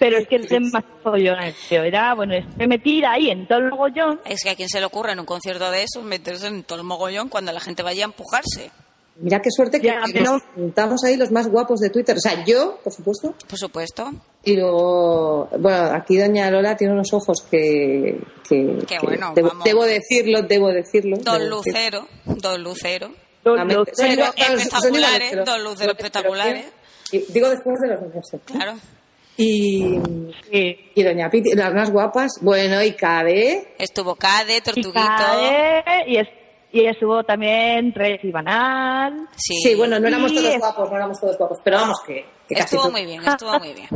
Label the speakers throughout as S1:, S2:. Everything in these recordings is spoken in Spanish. S1: Pero es que el tema más follón, tío, era, bueno, me metida ahí en todo el mogollón.
S2: Es que a quien se le ocurre en un concierto de esos meterse en todo el mogollón cuando la gente vaya a empujarse.
S3: Mira qué suerte que
S1: Ya,
S3: que
S1: pero-
S3: nos juntamos ahí los más guapos de Twitter. O sea, yo, por supuesto.
S2: Por supuesto.
S3: Y luego, bueno, aquí Doña Lola tiene unos ojos que. que,
S2: Qué
S3: que
S2: bueno,
S3: debo,
S2: vamos.
S3: debo decirlo, debo decirlo.
S2: Don
S3: debo decirlo.
S2: Lucero. Don Lucero.
S1: Lo-
S3: Realmente,
S1: lo-
S3: son iguales, son
S2: espectaculares,
S3: iguales, pero-
S2: dos luceros espectaculares.
S3: Y Digo después de los niños. ¿eh?
S2: Claro.
S3: Y,
S1: sí.
S3: y Doña Piti, las más guapas. Bueno, y Cade.
S2: Estuvo Cade,
S1: Y,
S2: Tortuguito. ¿eh?
S1: Cae, y, es, y estuvo también Reyes y Banal.
S2: Sí,
S3: Sí, bueno, este no éramos
S1: Sí,
S3: todos
S1: es-
S3: guapos, no éramos todos guapos, pero vamos que, que casi
S2: estuvo
S3: todos.
S2: muy bien, estuvo muy bien.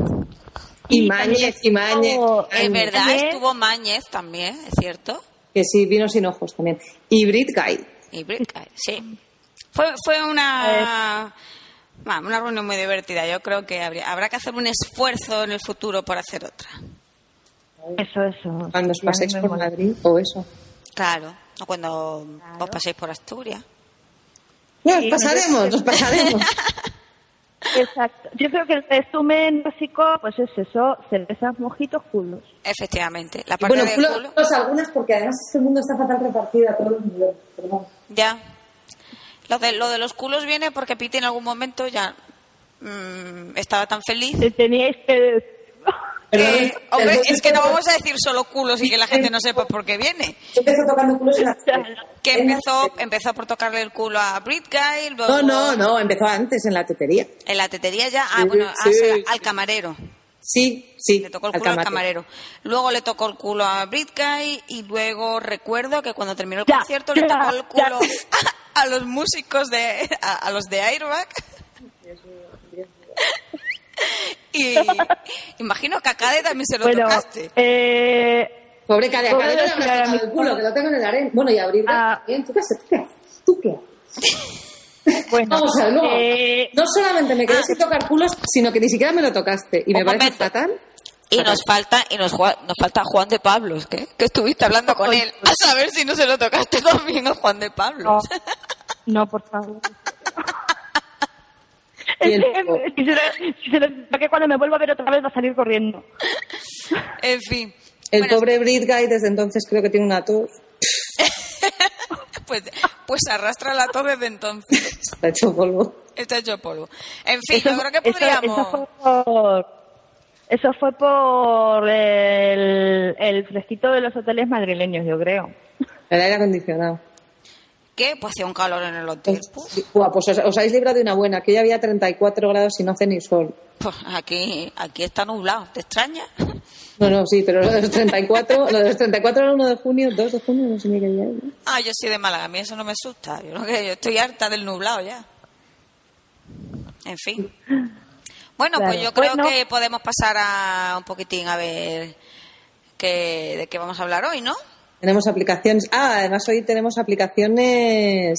S3: Y
S1: Y
S3: Mañez,
S1: también
S3: y Mañez.
S1: estuvo-
S3: Mañez,
S2: Es verdad,
S1: Mañez.
S2: estuvo Mañez también, es cierto.
S3: Que sí, vino sin ojos también. Y Brit Guy.
S2: Y Brinca, sí. Fue, fue una, bueno, una reunión muy divertida. Yo creo que habría- habrá que hacer un esfuerzo en el futuro por hacer otra.
S1: Eso, eso.
S3: Cuando os
S1: Ya no
S3: paséis
S1: me
S3: por
S1: mola.
S3: Madrid o eso.
S2: Claro, o cuando os paséis por Asturias.
S3: Nos
S1: Sí,
S3: pasaremos,
S1: no sé.
S3: nos pasaremos.
S1: Exacto. Yo creo que el resumen básico, pues es eso, cervezas, mojitos, culos.
S2: Efectivamente. La
S3: Y
S2: parte
S3: bueno,
S2: de
S3: culo-
S2: culo-
S3: culos algunas porque además este mundo está fatal repartido a todos los niveles. Perdón.
S2: Ya. Lo de, lo de los culos viene porque Piti en algún momento ya mm, estaba tan feliz.
S1: Te Eh, Teníais que...
S3: Perdón,
S2: que-
S3: el-
S2: Eh, hombre,
S3: el-
S2: es que no vamos a decir solo culos y que la gente no sepa por qué viene.
S3: Yo empezó tocando culos en la
S2: Que
S3: en la-
S2: empezó, empezó por tocarle el culo a Brit Guy, luego
S3: No, no, no, empezó antes en la tetería.
S2: en la tetería ya, ah,
S3: Sí,
S2: bueno,
S3: sí,
S2: ah,
S3: sí.
S2: al camarero.
S3: Sí, sí.
S2: Le tocó el culo al camarero. Luego le tocó el culo a Brit Guy y luego recuerdo que cuando terminó el
S1: Ya,
S2: concierto
S1: ya,
S2: le tocó el
S1: ya.
S2: culo a, a los músicos de a, a los de Airbag. Y imagino que a Cade también se lo
S1: Bueno,
S2: tocaste.
S1: eh,
S3: Pobre Cade, a
S1: Pobre
S3: Cade no le habrás
S1: Cade,
S3: tocado el culo, que lo tengo en el arena. Bueno, y abrir
S1: Ah.
S3: también. ¿Tú qué haces? ¿Tú qué haces? ¿Tú qué haces?
S1: bueno,
S3: Vamos a ver, luego.
S1: eh,
S3: No solamente me quedé
S2: Ah.
S3: sin tocar culos, sino que ni siquiera me lo tocaste. Y me
S2: Un
S3: parece
S2: momento.
S3: fatal.
S2: Y nos falta y nos, jua- nos falta Juan de Pablos, ¿qué? Que estuviste hablando con él. A saber si no se lo tocaste también a Juan de
S1: no,
S2: Pablos.
S1: no, por favor.
S3: Tiempo.
S1: Es que quisiera- quisiera- que cuando me vuelva a ver otra vez va a salir corriendo.
S2: En fin.
S3: El
S2: Bueno,
S3: pobre Brit Guy desde entonces creo que tiene una tos.
S2: pues, pues arrastra la tos desde entonces.
S3: Está hecho polvo.
S2: Está hecho polvo. En fin,
S1: Eso
S2: yo creo que
S1: fue- eso-
S2: podríamos.
S1: Eso, fue por, eso fue por el, el fresquito de los hoteles madrileños, yo creo.
S3: El aire acondicionado.
S2: ¿Qué? Pues hacía un calor en el hotel. Puf,
S3: Buah, pues os, os habéis librado de una buena, que ya había 34 grados y no hace ni sol.
S2: pues aquí, aquí está nublado. ¿Te extraña?
S3: No, no, sí, pero lo de los 34, lo de los 34 era 1 de junio, 2 de junio, no sé ni qué día era.
S2: Ah, yo soy de Málaga. A mí eso no me asusta. Yo, creo que yo estoy harta del nublado ya. En fin. Bueno, pues
S1: Claro.
S2: yo creo
S1: Bueno.
S2: que podemos pasar a un poquitín a ver qué, de qué vamos a hablar hoy, ¿no?
S3: Tenemos aplicaciones. Ah, además hoy tenemos aplicaciones.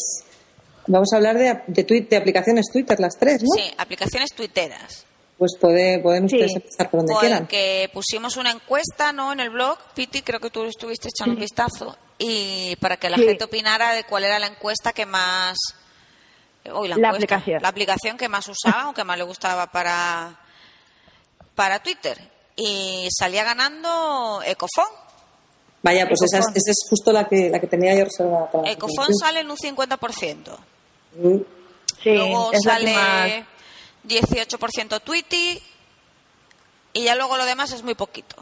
S3: Vamos a hablar de, ap- de, tuit- de aplicaciones Twitter, las tres, ¿no?
S2: Sí, aplicaciones tuiteras.
S3: Pues puede, pueden
S1: Sí.
S3: ustedes empezar por donde quieran.
S2: Porque pusimos una encuesta, ¿no? En el blog, Piti, creo que tú estuviste echando un vistazo. Y para que la
S1: Sí.
S2: gente opinara de cuál era la encuesta que más. Uy, la,
S1: La
S2: encuesta.
S1: aplicación.
S2: La aplicación que más usaba o que más le gustaba para, para Twitter. Y salía ganando Ecofon.
S3: Vaya, pues esa es, esa es justo la que, la que tenía yo reservada. para-
S2: Ecofon sale en un 50%.
S3: Mm.
S1: Sí,
S2: luego
S1: es la que
S2: sale
S1: más-
S2: 18% Twitty y ya luego lo demás es muy poquito.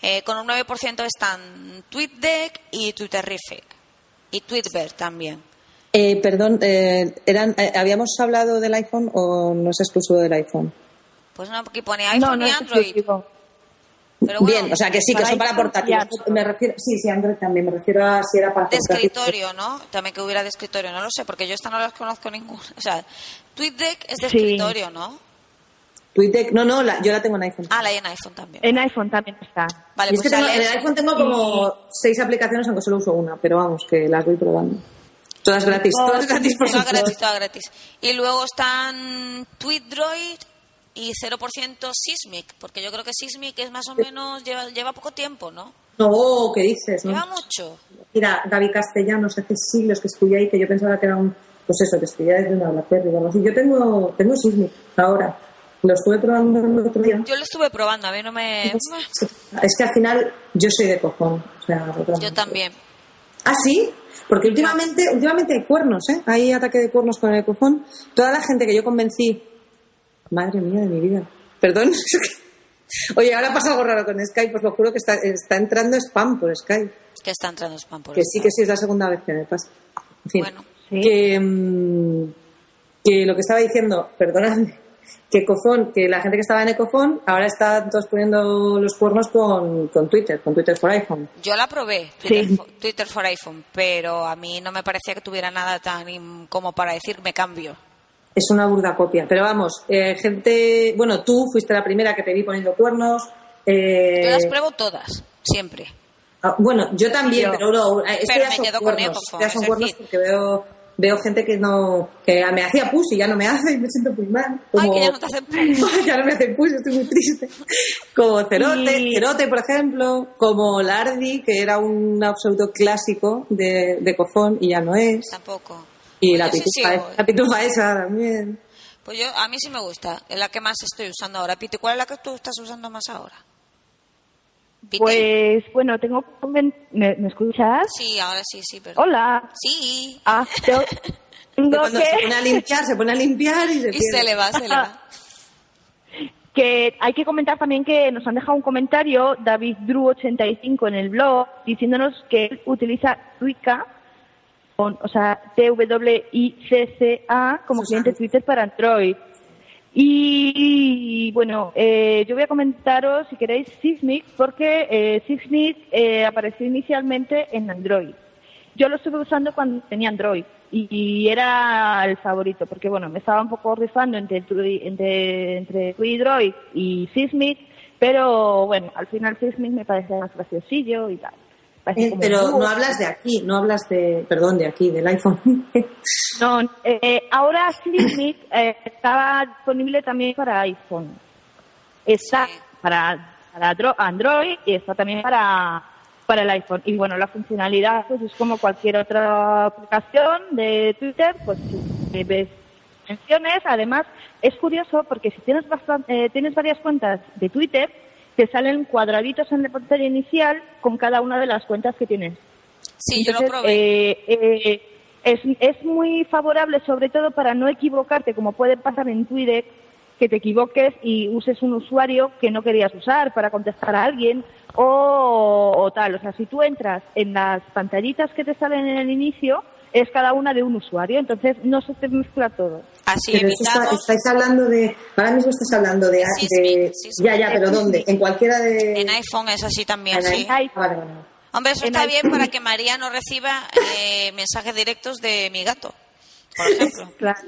S2: Eh, con un 9% están TweetDeck y Twitterific y Tweetbird también.
S3: Eh, perdón, eh, eran, eh, ¿habíamos hablado del iPhone o no es exclusivo del iPhone?
S2: Pues no, porque pone
S1: no,
S2: iPhone
S1: no
S2: y
S1: es
S2: Android.
S1: exclusivo.
S2: Pero bueno,
S3: Bien, o sea que sí, que
S1: para
S3: son para
S1: iPhone y
S3: portátiles.
S1: Android.
S3: Me refiero, sí, sí, Android también, me refiero a si era para
S2: de
S3: portátiles.
S2: escritorio, ¿no? También que hubiera de escritorio, no lo sé, porque yo esta no las conozco ninguna. O sea, TweetDeck es de
S1: Sí.
S2: escritorio, ¿no?
S3: Twitter, no, no, la- yo la tengo en iPhone.
S2: Ah, la hay en iPhone también.
S1: En iPhone también está.
S2: Vale,
S3: Y es
S2: pues
S3: que tengo-
S2: sale
S3: en el iPhone tengo como seis aplicaciones, aunque solo uso una, pero vamos, que las voy probando. Todas gratis,
S2: Oh,
S3: todas gratis, por
S2: Todo gratis,
S3: supuesto.
S2: todo gratis. Y luego están Tweetdroid y 0% Sismic, porque yo creo que Sismic es más o menos, lleva, lleva poco tiempo, ¿no?
S3: No, ¿qué dices? No?
S2: Lleva mucho.
S3: Mira, Gaby Castellanos hace siglos que estudié ahí, que yo pensaba que era un. Pues eso, que estudié desde una Blackberry o algo así. Yo tengo, tengo Sismic ahora. Lo estuve probando el otro día.
S2: Yo lo estuve probando, a mí no me...
S3: Es que al final yo soy de cojón. O sea, totalmente.
S2: Yo también.
S3: ¿Ah, sí? Porque últimamente, últimamente hay cuernos, ¿eh? Hay ataque de cuernos con el cojón. Toda la gente que yo convencí. Madre mía de mi vida. Perdón. Oye, ahora pasa algo raro con Skype, os lo juro que está, está entrando spam por Skype.
S2: Que está entrando spam por
S3: Que
S2: ahí.
S3: sí, que sí, es la segunda vez que me pasa. En fin,
S2: Bueno,
S1: sí.
S3: que, mm, que lo que estaba diciendo, perdonadme, que Ecofón, que la gente que estaba en Ecofón, ahora está todos poniendo los cuernos con, con Twitter, con Twitter for iPhone.
S2: Yo la probé, Twitter, fo- Twitter for iPhone, pero a mí no me parecía que tuviera nada tan in- como para decir me cambio.
S3: Es una burda copia. Pero vamos, eh, gente, bueno, tú fuiste la primera que te vi poniendo cuernos. eh,
S2: Yo las pruebo todas, siempre.
S3: ah, bueno, yo también,
S1: Yo.
S3: pero no, eh, esto
S2: Pero
S3: ya
S2: me
S3: son
S2: quedo con
S3: cuernos.
S2: Ecofón,
S3: ya son
S2: es
S3: cuernos
S2: decir-
S3: porque veo, veo gente que no, que me hacía pus y ya no me hace y me siento muy mal. Como-
S2: Ay, que ya no te hacen...
S3: ya no me hacen push, estoy muy triste. Como Cerote,
S1: Y-
S3: Cerote, por ejemplo, como Lardi, que era un absoluto clásico de, de cofón y ya no es.
S2: Tampoco.
S3: Y
S2: Pues
S3: la
S2: yo sí
S3: pitufa,
S2: sigo.
S3: la pitufa esa también.
S2: Pues yo, a mí sí me gusta. Es la que más estoy usando ahora. Piti, ¿cuál es la que tú estás usando más ahora? Piti.
S1: Pues bueno, tengo. conven- ¿Me, me escuchas?
S2: Sí, ahora sí, sí, perdón.
S1: Hola.
S2: Sí.
S1: Ah, yo
S3: Que
S1: tengo
S3: cuando se pone a
S1: que,
S3: limpiar, se pone a limpiar y se
S2: Y
S3: pierde.
S2: se le va, se le va.
S1: que hay que comentar también que nos han dejado un comentario David Drew 85 en el blog diciéndonos que él utiliza Twika, con- o sea, T W I C C A como
S3: Susana.
S1: cliente Twitter para Android. Y bueno, eh, yo voy a comentaros, si queréis, Sysmic, porque eh, Sysmic eh, apareció inicialmente en Android. Yo lo estuve usando cuando tenía Android y, y era el favorito, porque bueno, me estaba un poco rifando entre, Twi- entre, entre Twidroid y Sysmic, pero bueno, al final Sysmic me parecía más graciosillo y tal. Parecía
S3: Eh,
S1: como un
S3: pero
S1: dúo.
S3: no hablas de aquí, no hablas de, perdón, de aquí, del iPhone.
S1: No, eh, eh, ahora Sismic eh, estaba disponible también para iPhone. Está
S2: Sí.
S1: para, para dro- Android y está también para, para el iPhone. Y bueno, la funcionalidad pues es como cualquier otra aplicación de Twitter, pues que ves menciones. Además, es curioso porque si tienes, bastan- eh, tienes varias cuentas de Twitter, te salen cuadraditos en la pantalla inicial con cada una de las cuentas que tienes.
S2: Sí, yo lo
S1: Entonces,
S2: probé.
S1: eh, eh, es, es muy favorable, sobre todo para no equivocarte, como puede pasar en Twitter, que te equivoques y uses un usuario que no querías usar para contestar a alguien o, o tal. O sea, si tú entras en las pantallitas que te salen en el inicio, es cada una de un usuario, entonces no se te mezcla todo.
S2: Así
S3: Pero eso está-
S2: evitamos
S3: estáis hablando de, ahora mismo estás hablando de,
S2: Sí,
S3: de-
S2: sí, sí, sí.
S3: ya, ya, pero ¿dónde? En cualquiera de.
S2: en iPhone es así también,
S3: en
S2: sí.
S3: iPhone. Ah, Vale, vale. vale.
S2: Hombre, eso
S1: en
S2: está
S1: iPhone.
S2: bien para que María no reciba eh, mensajes directos de mi gato, por ejemplo.
S1: Claro.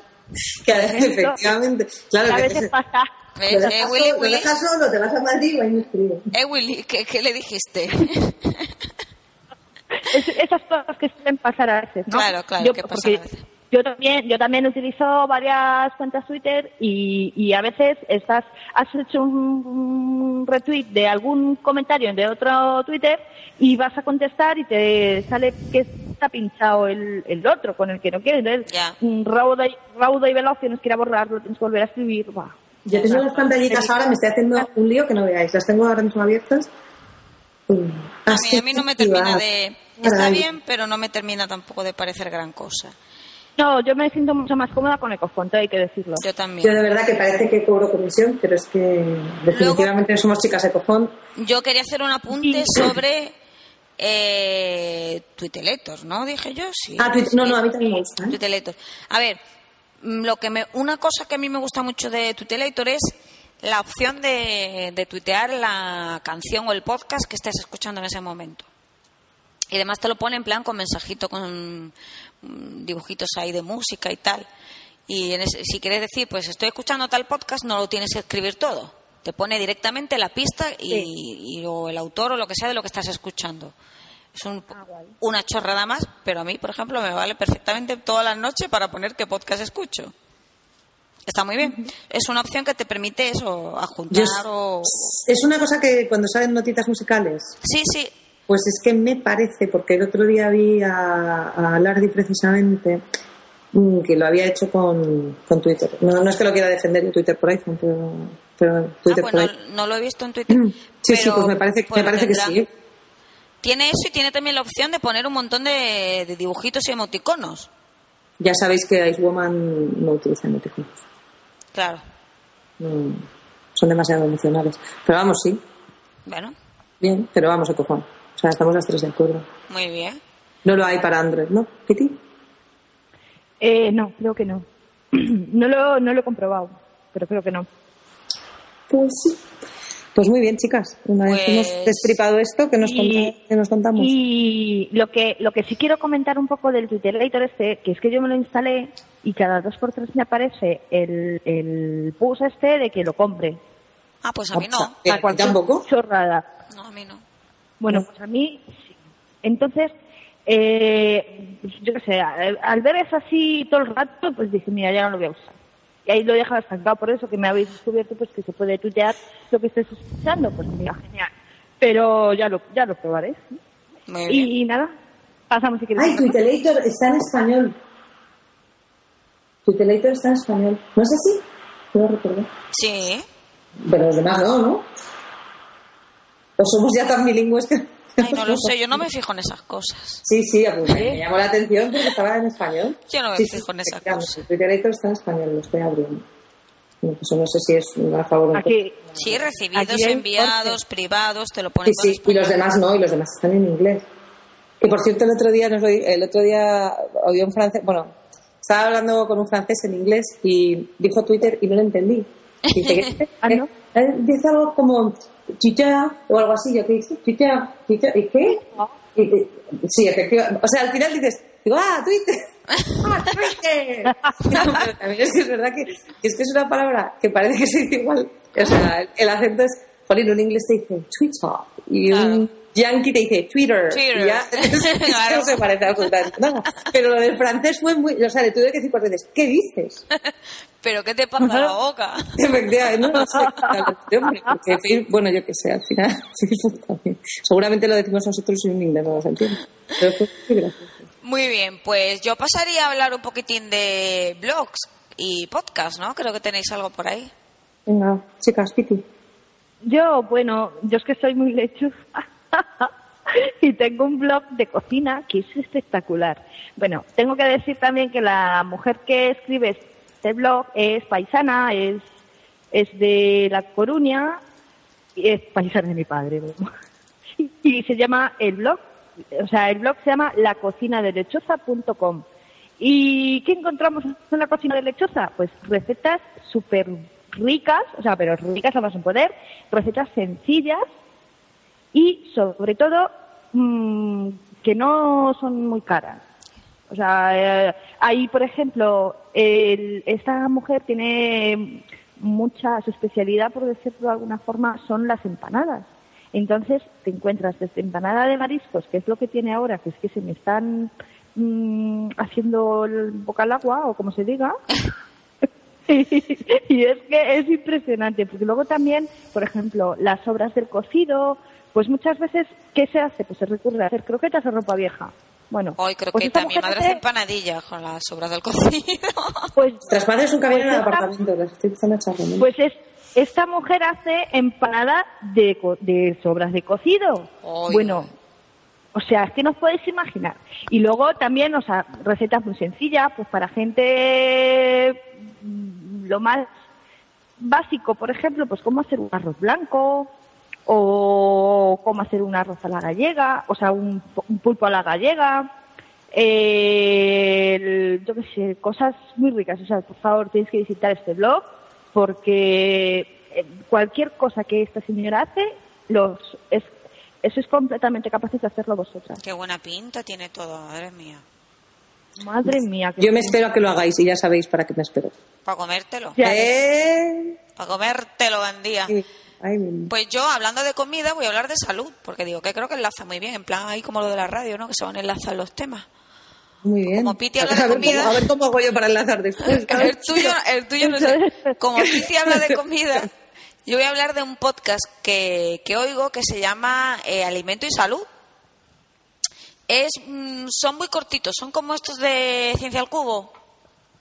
S3: Que, efectivamente, claro.
S1: A
S3: que-
S1: veces pasa.
S2: ¿Ves?
S3: Lo
S2: Eh,
S3: dejas,
S2: Willy,
S3: solo, lo
S2: Willy.
S3: dejas solo, te vas a Madrid y ahí me escribes.
S2: Eh, Willy, ¿qué, qué le dijiste?
S1: Es- esas cosas que suelen pasar a veces, ¿no?
S2: Claro, claro, que pasan
S1: porque
S2: a veces.
S1: Yo también, yo también utilizo varias cuentas Twitter y, y a veces estás, has hecho un, un retweet de algún comentario de otro Twitter y vas a contestar y te sale que está pinchado el, el otro con el que no quieres. Entonces,
S2: Ya.
S1: mm, rauda y, rauda y veloz, tienes que ir a borrarlo, tienes que volver a escribir. Buah.
S3: Yo tengo las pantallitas ahora, me estoy haciendo un lío que no veáis. Las tengo ahora mismo abiertas. Mm.
S2: A mí, a mí no me termina de... Está
S3: Caray.
S2: bien, pero no me termina tampoco de parecer gran cosa.
S1: No, yo me siento mucho más cómoda con Ecofont, hay que decirlo.
S2: Yo
S3: Yo
S2: también.
S3: de verdad que parece que cobro comisión, pero es que definitivamente somos chicas de cojón.
S2: Yo quería hacer un apunte sobre eh, tuiteletos, ¿no? Dije yo, sí.
S3: Ah, Twitter- no, no, a mí también me gusta. ¿eh?
S2: Tutelator. A ver, mm, lo que me- una cosa que a mí me gusta mucho de Tutelator es la opción de, de tuitear la canción o el podcast que estés escuchando en ese momento. Y además te lo pone en plan con mensajito, con mm, dibujitos ahí de música y tal. Y en ese- si quieres decir, pues estoy escuchando tal podcast, no lo tienes que escribir todo. Te pone directamente la pista y, y- o el autor o lo que sea de lo que estás escuchando. Es un- una chorrada más, pero a mí, por ejemplo, me vale perfectamente todas las noches para poner qué podcast escucho. Está muy bien. Es una opción que te permite eso,
S3: Yo
S2: adjuntar
S3: es,
S2: o...
S3: es una cosa que cuando salen notitas musicales,
S2: Sí, sí, Ah,
S3: pues es que me parece, porque el otro día vi a, a Lardi precisamente mm, que lo había hecho con, con Twitter. No, no es que lo quiera defender yo Twitter por iPhone, pero, pero
S2: Ah,
S3: Twitter
S2: pues
S3: por
S2: no,
S3: iPhone.
S2: no lo he visto en Twitter.
S3: Sí, sí,
S2: pero,
S3: pues me parece,
S2: pues,
S3: me parece que
S2: tendrá-
S3: sí. ¿eh?
S2: Tiene eso y tiene también la opción de poner un montón de, de dibujitos y emoticonos.
S3: Ya sabéis que Icewoman no utiliza emoticonos.
S2: Claro.
S3: Mm, Son demasiado emocionales. Pero vamos, sí.
S2: Bueno,
S3: Bien, pero vamos a cojón. O sea, estamos las tres de acuerdo.
S2: muy bien.
S3: No lo hay para Android, ¿no, Piti?
S1: Eh, no, creo que no. no, lo, no lo he comprobado, pero creo que no.
S3: Pues sí. Pues muy bien, chicas. Una vez
S2: Pues-
S3: que hemos destripado esto, que nos,
S1: Y-
S3: conta- qué nos contamos?
S1: Y lo que, lo que sí quiero comentar un poco del Twitter Later este, que es que yo me lo instalé y cada dos por tres me aparece el, el push este de que lo compre.
S2: Ah, pues a mí
S3: O sea,
S2: no.
S3: que- que ¿Tampoco?
S1: Chorrada.
S2: No, a mí no.
S1: Bueno,
S2: ¿Eh?
S1: pues a mí sí. Entonces, eh, yo qué sé, al al ver eso así todo el rato, pues dije, mira, ya no lo voy a usar. Y ahí lo he dejado estancado, por eso que me habéis descubierto pues que se puede tuitear lo que estés escuchando. Pues mira, genial. Pero ya lo, ya lo probaré. ¿sí?
S2: Muy bien.
S1: Y nada, pasamos si quieres.
S3: Ay, Twitterator está en español. Tutelator está en español. ¿No es así? Quiero recordar.
S2: Sí. ¿eh?
S3: Pero los demás no, ¿no? O somos ya tan bilingües que...
S2: Ay, no lo sé, yo no me fijo en esas cosas.
S3: Sí, sí, pues me- me llamó la atención porque estaba en español.
S2: Yo no me
S3: sí,
S2: fijo en esas
S3: efectivamente,
S2: cosas.
S3: el Tutelator está en español, lo estoy abriendo. Incluso no sé si es a favor o en
S1: Aquí,
S2: Sí, recibidos,
S1: Aquí hay
S2: enviados, privados, te lo
S3: Sí,
S2: ponen todo en
S3: sí, y
S2: español.
S3: los demás no, y los demás están en inglés. Que por cierto, el otro día, nos lo di- el otro día había un francés, bueno, estaba hablando con un francés en inglés y dijo Twitter y no lo entendí. Dice, que-
S1: Ah, ¿no?
S3: eh, dice algo como chicha o algo así, yo que dije, chicha, chicha, ¿y qué? Y- y- sí, efectivamente. O sea, al final dices, digo, ah, Twitter. ¡Ah,
S2: Eh,
S3: Twitter! No, pero también es que es verdad que, que es que es una palabra que parece que se dice igual. O sea, el, el acento es, jolín, un inglés te dice Twitter y un yankee te dice Twitter.
S2: Twitter.
S3: Y ya, es que
S2: Claro.
S3: no se parece absolutamente nada. Pero lo del francés fue muy, o sea, le tuve que decir cuatro veces, ¿qué dices?
S2: Pero ¿qué te pasa la boca?
S3: Efectivamente, no lo sé. Tal vez, hombre, porque Facebook, bueno, yo qué sé, al final Facebook también. Seguramente lo decimos nosotros y un inglés no lo entiende. Pero fue muy gracioso.
S2: Muy bien, pues yo pasaría a hablar un poquitín de blogs y podcast, ¿no? Creo que tenéis algo por ahí.
S3: Venga, chicas, piti.
S1: yo, bueno, yo es que soy muy lechuza. y tengo un blog de cocina que es espectacular. Bueno, tengo que decir también que la mujer que escribe este blog es paisana, es, es de La Coruña y es paisana de mi padre. vamos. Y se llama el blog, o sea, el blog se llama lacocinaderechosa.com. ¿Y qué encontramos en la cocina de lechosa? Pues recetas súper ricas, o sea, pero ricas a más no poder, recetas sencillas y sobre todo mm, que no son muy caras. O sea, eh, ahí, por ejemplo, el- esta mujer tiene mucha, su especialidad, por decirlo de alguna forma, son las empanadas. Entonces, te encuentras desde empanada de mariscos, que es lo que tiene ahora, que es que se me están mm, haciendo el boca al agua, o como se diga. y es que es impresionante, porque luego también, por ejemplo, las obras del cocido, pues muchas veces, ¿qué se hace? Pues se recurre a hacer croquetas o ropa vieja. Bueno,
S2: Hoy creo
S1: pues
S2: que
S1: esta
S2: mi
S1: mujer
S2: madre
S1: hace-
S2: hace empanadillas con las sobras del cocido.
S1: pues,
S3: Tras padres un camino en el
S1: Pues esta-
S3: apartamento, las estoy echando a charla, ¿no?
S1: pues es, esta mujer hace empanada de, co- de sobras de cocido.
S2: Oy.
S1: Bueno, o sea, es que no os podéis imaginar. Y luego también, o sea, recetas muy sencillas, pues para gente mm, lo más básico, por ejemplo, pues cómo hacer un arroz blanco o cómo hacer un arroz a la gallega, o sea, un, pu- un pulpo a la gallega, eh, el- yo qué sé, cosas muy ricas. O sea, por favor, tenéis que visitar este blog porque eh, cualquier cosa que esta señora hace, los es, eso es completamente capaces de hacerlo vosotras.
S2: Qué buena pinta tiene todo, madre mía.
S1: Madre mía. qué
S3: Yo me
S1: bien.
S3: espero a que lo hagáis y ya sabéis para qué me espero.
S2: Para comértelo.
S1: Ya.
S3: ¿Eh?
S2: Para comértelo, bandía.
S3: Sí. Ay, mi-
S2: Pues yo, hablando de comida, voy a hablar de salud, porque digo que creo que enlaza muy bien, en plan ahí como lo de la radio, ¿no? Que se van a enlazar los temas.
S3: Muy bien.
S2: Como Piti habla de
S3: a ver,
S2: comida.
S3: Cómo, a ver cómo hago yo para enlazar después.
S2: El tuyo, el tuyo no sé. Como Titi habla de comida, yo voy a hablar de un podcast que, que oigo que se llama eh, Alimento y Salud. Es, mm, son muy cortitos, son como estos de Ciencia al Cubo,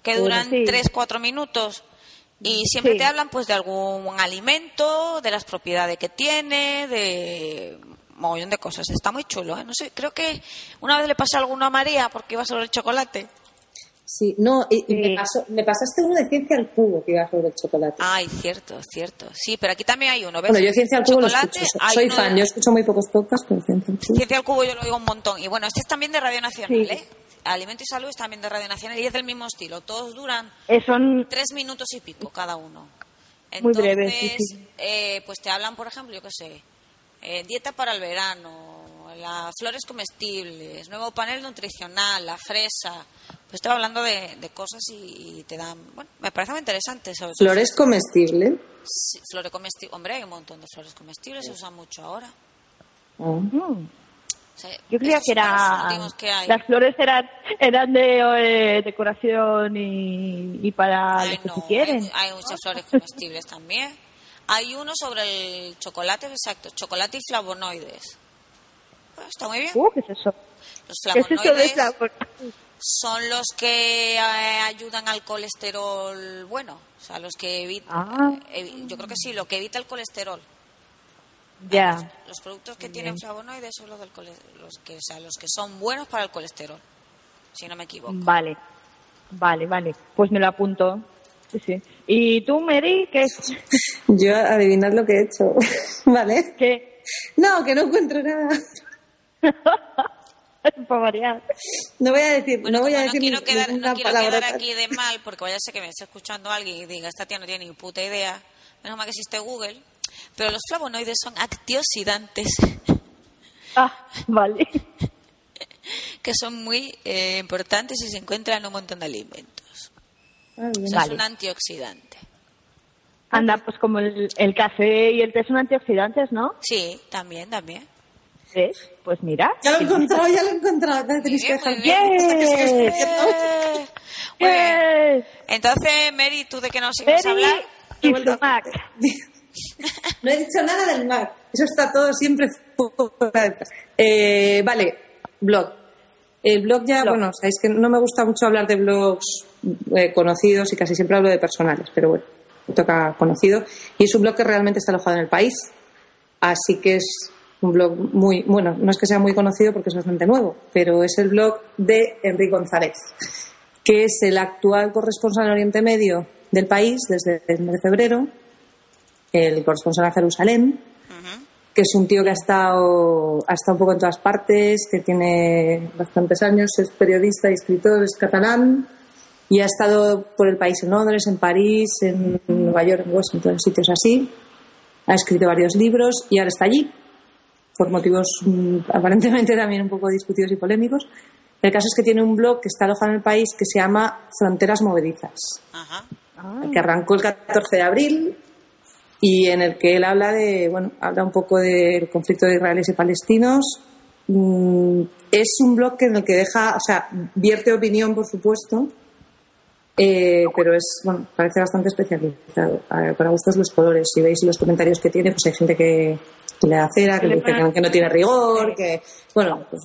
S2: que
S1: Bueno,
S2: duran
S1: sí. Mm,
S2: tres, cuatro minutos. Y siempre
S1: Sí.
S2: te hablan pues de algún alimento, de las propiedades que tiene, de mogollón de cosas. Está muy chulo, ¿eh? No sé, creo que una vez le pasé alguno a María porque iba sobre el chocolate.
S3: Sí, no, y, y me,
S1: Sí.
S3: pasó- me pasaste uno de ciencia al cubo que iba sobre el chocolate.
S2: Ay, cierto, cierto. Sí, pero aquí también hay uno. ¿ves?
S3: bueno, yo ciencia al cubo lo
S2: Pues Chocolate,
S3: escucho. so-
S2: hay
S3: Soy
S2: uno
S3: fan,
S2: de-
S3: yo escucho muy pocos podcasts, pero ciencia al cubo.
S2: Ciencia al cubo yo lo digo un montón. Y bueno, este es también de Radio Nacional,
S1: Sí.
S2: ¿eh? Alimento y Salud es también de Radio Nacional y es del mismo estilo. Todos duran
S1: Eh, son
S2: tres minutos y pico cada uno.
S1: Muy
S2: Entonces,
S1: breve, sí, sí.
S2: eh, pues te hablan, por ejemplo, yo qué sé, eh, dieta para el verano, las flores comestibles, nuevo panel nutricional, la fresa. Pues te va hablando de, de cosas y, y te dan... Bueno, me parece muy interesante. Sobre todo
S3: Flores comestibles.
S2: Sí, flores comestibles. Hombre, hay un montón de flores comestibles, se usan mucho ahora.
S3: Ah.
S1: Mm.
S2: O sea,
S1: Yo creía
S2: estos
S1: que
S2: son los
S1: era
S2: últimos que hay.
S1: las flores eran eran de eh, decoración y, y para
S2: Ay,
S1: los que
S2: no,
S1: se quieren.
S2: Hay, hay muchas flores comestibles también. Hay uno sobre el chocolate, exacto, chocolate y flavonoides. Bueno, está muy bien.
S1: Uh, ¿Qué es eso?
S2: Los
S1: ¿Qué es eso de
S2: flavonoides
S1: flavo-
S2: son los que eh, ayudan al colesterol bueno, o sea, los que evitan,
S1: Ah.
S2: yo creo que sí, lo que evita el colesterol.
S1: Ya.
S2: Los productos que tienen flavonoides son los, del cole- los que, o sea, los que son buenos para el colesterol, si no me equivoco.
S3: Mm,
S1: Vale. Vale, vale. Pues me lo apunto. Sí, sí. ¿Y tú, Mary, qué,
S3: Yo adivinad lo que he hecho. ¿Vale?
S1: qué,
S3: No, que no encuentro nada.
S1: Para variar.
S3: No voy a decir,
S2: Bueno,
S3: no voy a
S2: como
S3: decir
S2: quiero quedar, no
S3: ninguna
S2: quiero
S3: palabra.
S2: quedar aquí de mal, porque vaya a ser que me esté escuchando alguien y diga, esta tía no tiene ni puta idea. Menos mal que existe Google. Pero los flavonoides son antioxidantes
S1: Ah, vale.
S2: que son muy eh, importantes y se encuentran en un montón de alimentos.
S3: Ah,
S2: O
S3: bien.
S2: sea,
S1: Vale.
S2: es un antioxidante.
S1: Anda, pues como el, el café y el té son antioxidantes, ¿no?
S2: Sí, también, también.
S1: ¿Ves? Pues mira.
S3: Ya lo he encontrado, ya lo he encontrado. Ya tenéis que
S2: Bien,
S3: dejar.
S2: muy bien.
S1: ¡Bien!
S2: Eh, muy bien.
S1: ¡Eh!
S2: Entonces, Mary, ¿tú de qué nos ibas a
S1: Pues, Mary
S2: hablar?
S1: y su Mac.
S3: No he dicho nada del mar. Eso está todo siempre fuera de- eh, Vale, blog. El blog ya,
S1: Blog.
S3: bueno, sabéis que no me gusta mucho hablar de blogs eh, conocidos y casi siempre hablo de personales, pero bueno, me toca conocido. Y es un blog que realmente está alojado en el país, así que es un blog muy, bueno, no es que sea muy conocido porque es bastante nuevo, pero es el blog de Enrique González, que es el actual corresponsal en Oriente Medio del país desde el mes de febrero, el corresponsal a Jerusalén,
S2: Ujú.
S3: que es un tío que ha estado, ha estado un poco en todas partes, que tiene bastantes años, es periodista y escritor, es catalán, y ha estado por el país en Londres, en París, en Nueva York, en Washington, en sitios así. Ha escrito varios libros y ahora está allí, por motivos mm, aparentemente también un poco discutidos y polémicos. El caso es que tiene un blog que está alojado en el país que se llama Fronteras Movedizas
S2: Ajá.
S3: que arrancó el 14 de abril y en el que él habla de, bueno, habla un poco del conflicto de israelíes y palestinos. Mm, Es un blog que en el que deja, o sea, vierte opinión, por supuesto, eh, pero es, bueno, parece bastante especializado. A- Para gustos los colores. Si veis los comentarios que tiene, pues hay gente que, que le da cera,
S1: Que
S3: que le
S1: le
S3: dice que no,
S1: pone-
S3: que no tiene rigor, que, bueno, pues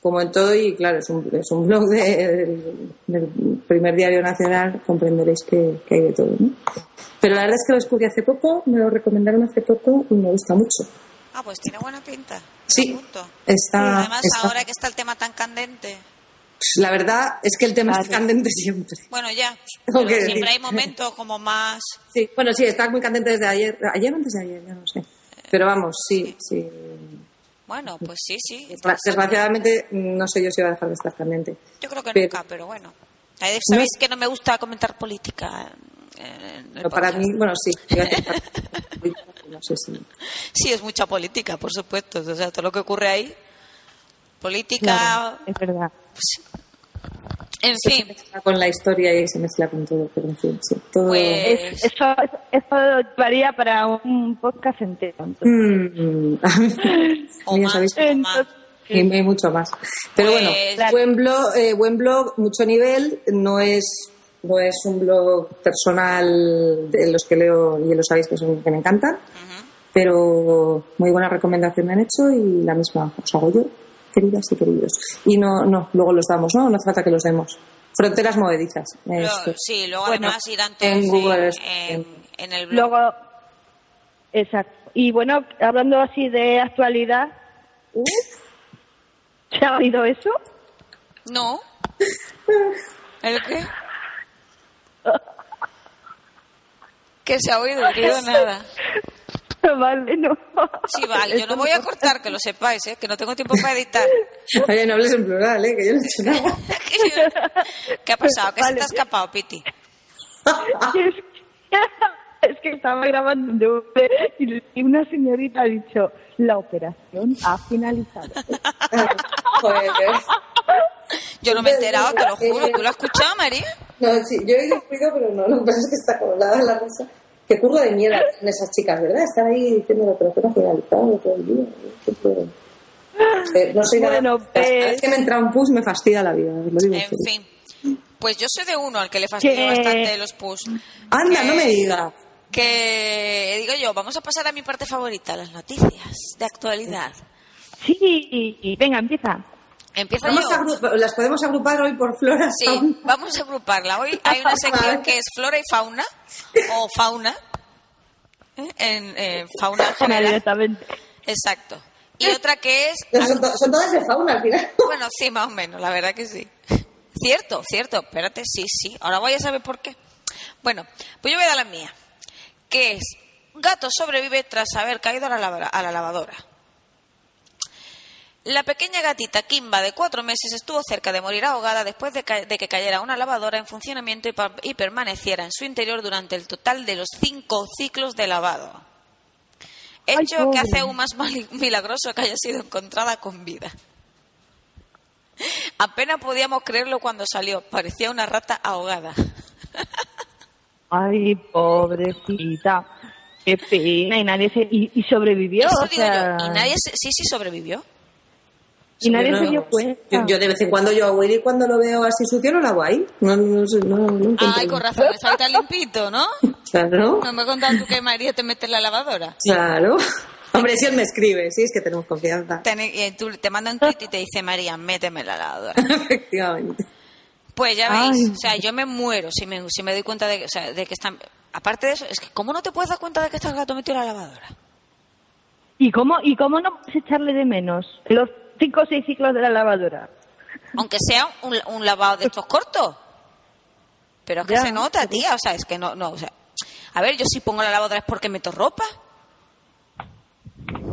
S3: como en todo, y claro, es un, es un blog de- del, del primer diario nacional, comprenderéis que, que hay de todo. ¿no? Pero la verdad es que lo descubrí hace poco, me lo recomendaron hace poco y me gusta mucho.
S2: Ah, pues tiene buena pinta.
S3: Sí,
S2: Punto.
S3: está.
S2: Además,
S3: está-
S2: ahora que está el tema tan candente.
S3: La verdad es que el tema está
S1: Claro.
S3: candente siempre.
S2: Bueno, ya.
S3: Tengo
S2: pero
S3: que decir.
S2: siempre hay momentos como más.
S3: Sí, bueno, sí, está muy candente desde ayer. ¿Ayer o antes de ayer? Ya no sé. Pero vamos, sí, sí.
S2: Bueno, pues sí, sí.
S3: Desgra- Desgraciadamente, no sé yo si va a dejar de estar candente.
S2: Yo creo que
S3: Pero-
S2: nunca, pero bueno. Ahí Sabéis que no me gusta comentar política. eh, en el
S3: Pero para
S2: podcast.
S3: mí, bueno, sí. iba a decir para- No sé si.
S2: Sí, es mucha política, por supuesto. O sea, todo lo que ocurre ahí. Política.
S1: Claro, es verdad.
S2: pues, en fin.
S3: mezcla con la historia y se mezcla con todo, pero en fin, sí, todo.
S2: Pues-
S1: Es- eso, eso varía para un podcast entero. entonces.
S3: Mm,
S2: O
S3: ya
S2: más.
S3: sabéis,
S1: Entonces,
S3: y, y mucho más. Pero
S2: Pues-
S3: bueno, buen blog, eh, buen blog, mucho nivel, no es no es un blog personal de los que leo y lo sabéis que, son, que me encantan,
S2: Ujú.
S3: pero muy buena recomendación me han hecho y la misma os hago yo, queridas y queridos. Y no, no, luego los damos, ¿no? No hace falta que los demos. Fronteras movedizas.
S2: Luego-
S3: esto.
S2: sí, luego
S1: Bueno,
S2: además irán todos
S3: en Google
S2: en,
S3: es-
S2: en- en el blog.
S1: Luego, exacto. Y bueno, hablando así de actualidad, ¿uh? ¿se ha oído eso?
S2: No. ¿El qué? Que se ha oído, que yo nada.
S1: Vale, no.
S2: Sí, vale, yo no voy a cortar, que lo sepáis, ¿eh? que no tengo tiempo para editar.
S3: Oye, no hables en plural, ¿eh? Que yo no he hecho nada.
S2: ¿Qué ha pasado? ¿Qué se
S1: Vale.
S2: te ha escapado, Piti?
S1: Es que, es que estaba grabando un DVD y- y una señorita ha dicho, la operación ha finalizado.
S3: Joder. eh.
S2: Yo no me he enterado, te lo juro. ¿Tú lo has escuchado, María?
S3: No, Ah, sí, yo he oído un ruido, pero no, lo que pasa es que está colada la cosa. Qué curro de mierda en esas chicas, ¿verdad? Están ahí diciendo la operación finalizada todo el día. ¿eh? Qué curro. Eh, no soy
S1: Bueno,
S3: nada. Cada
S1: pues-
S3: vez que me entra un push me fastidia la vida, os lo digo.
S2: En
S3: serio.
S2: fin. Pues yo soy de uno al que le fastidio
S1: Que-
S2: bastante los push.
S3: Anda,
S2: Que-
S3: no me digas.
S2: Que digo yo, vamos a pasar a mi parte favorita, las noticias de actualidad.
S1: Sí, y- y venga, empieza.
S2: Empiezo
S3: Vamos
S2: yo.
S3: a agru- las podemos agrupar hoy por flora.
S2: Sí,
S3: fauna.
S2: vamos a agruparla. Hoy hay una sección que es flora y fauna, o fauna, ¿eh? en eh, fauna en
S1: Ana,
S2: general.
S1: directamente.
S2: Exacto. Y otra que es,
S3: Pero Son, to- son todas de fauna al final.
S2: bueno, sí, más o menos, la verdad que sí. Cierto, cierto, espérate, sí, sí. Ahora voy a saber por qué. Bueno, pues yo voy a dar la mía, que es, gato sobrevive tras haber caído a la, lava- a la lavadora. La pequeña gatita Kimba de cuatro meses estuvo cerca de morir ahogada después de, ca- de que cayera una lavadora en funcionamiento y, pa- y permaneciera en su interior durante el total de los cinco ciclos de lavado. Hecho que
S1: pobre.
S2: hace aún más mal- milagroso que haya sido encontrada con vida. Apenas podíamos creerlo cuando salió. Parecía una rata ahogada.
S1: Ay, pobrecita. Qué pena. Y nadie se... Y, y sobrevivió.
S2: Eso
S1: o
S2: digo
S1: sea,
S2: yo. Y nadie se- sí, sí sobrevivió.
S1: y nadie
S3: Yo no-
S1: se dio cuenta.
S3: pues, Yo, yo de vez en cuando yo hago ir y cuando lo veo así sucio no lo hago ahí. No, no, sé, no, no encuentro.
S2: Ay, con razón, está tan limpito, ¿no?
S3: Claro.
S2: No me has contado tú que María te mete en la lavadora.
S3: Claro. Hombre, si él me escribe, sí, es que tenemos confianza.
S2: Tené- y tú te manda un tweet y te dice María, méteme en la lavadora.
S3: Efectivamente.
S2: Pues ya veis,
S1: Ay.
S2: o sea, yo me muero si me, si me doy cuenta de, que- o sea, de que están. Aparte de eso, es que ¿cómo no te puedes dar cuenta de que está el gato metido en la lavadora?
S1: ¿Y cómo, ¿Y cómo no puedes echarle de menos los cinco o seis ciclos de la lavadora?
S2: Aunque sea un, un lavado de estos cortos. Pero es que
S1: Ya.
S2: se nota, tía, o sea, es que no, no, o sea. A ver, yo si pongo la lavadora es porque meto ropa.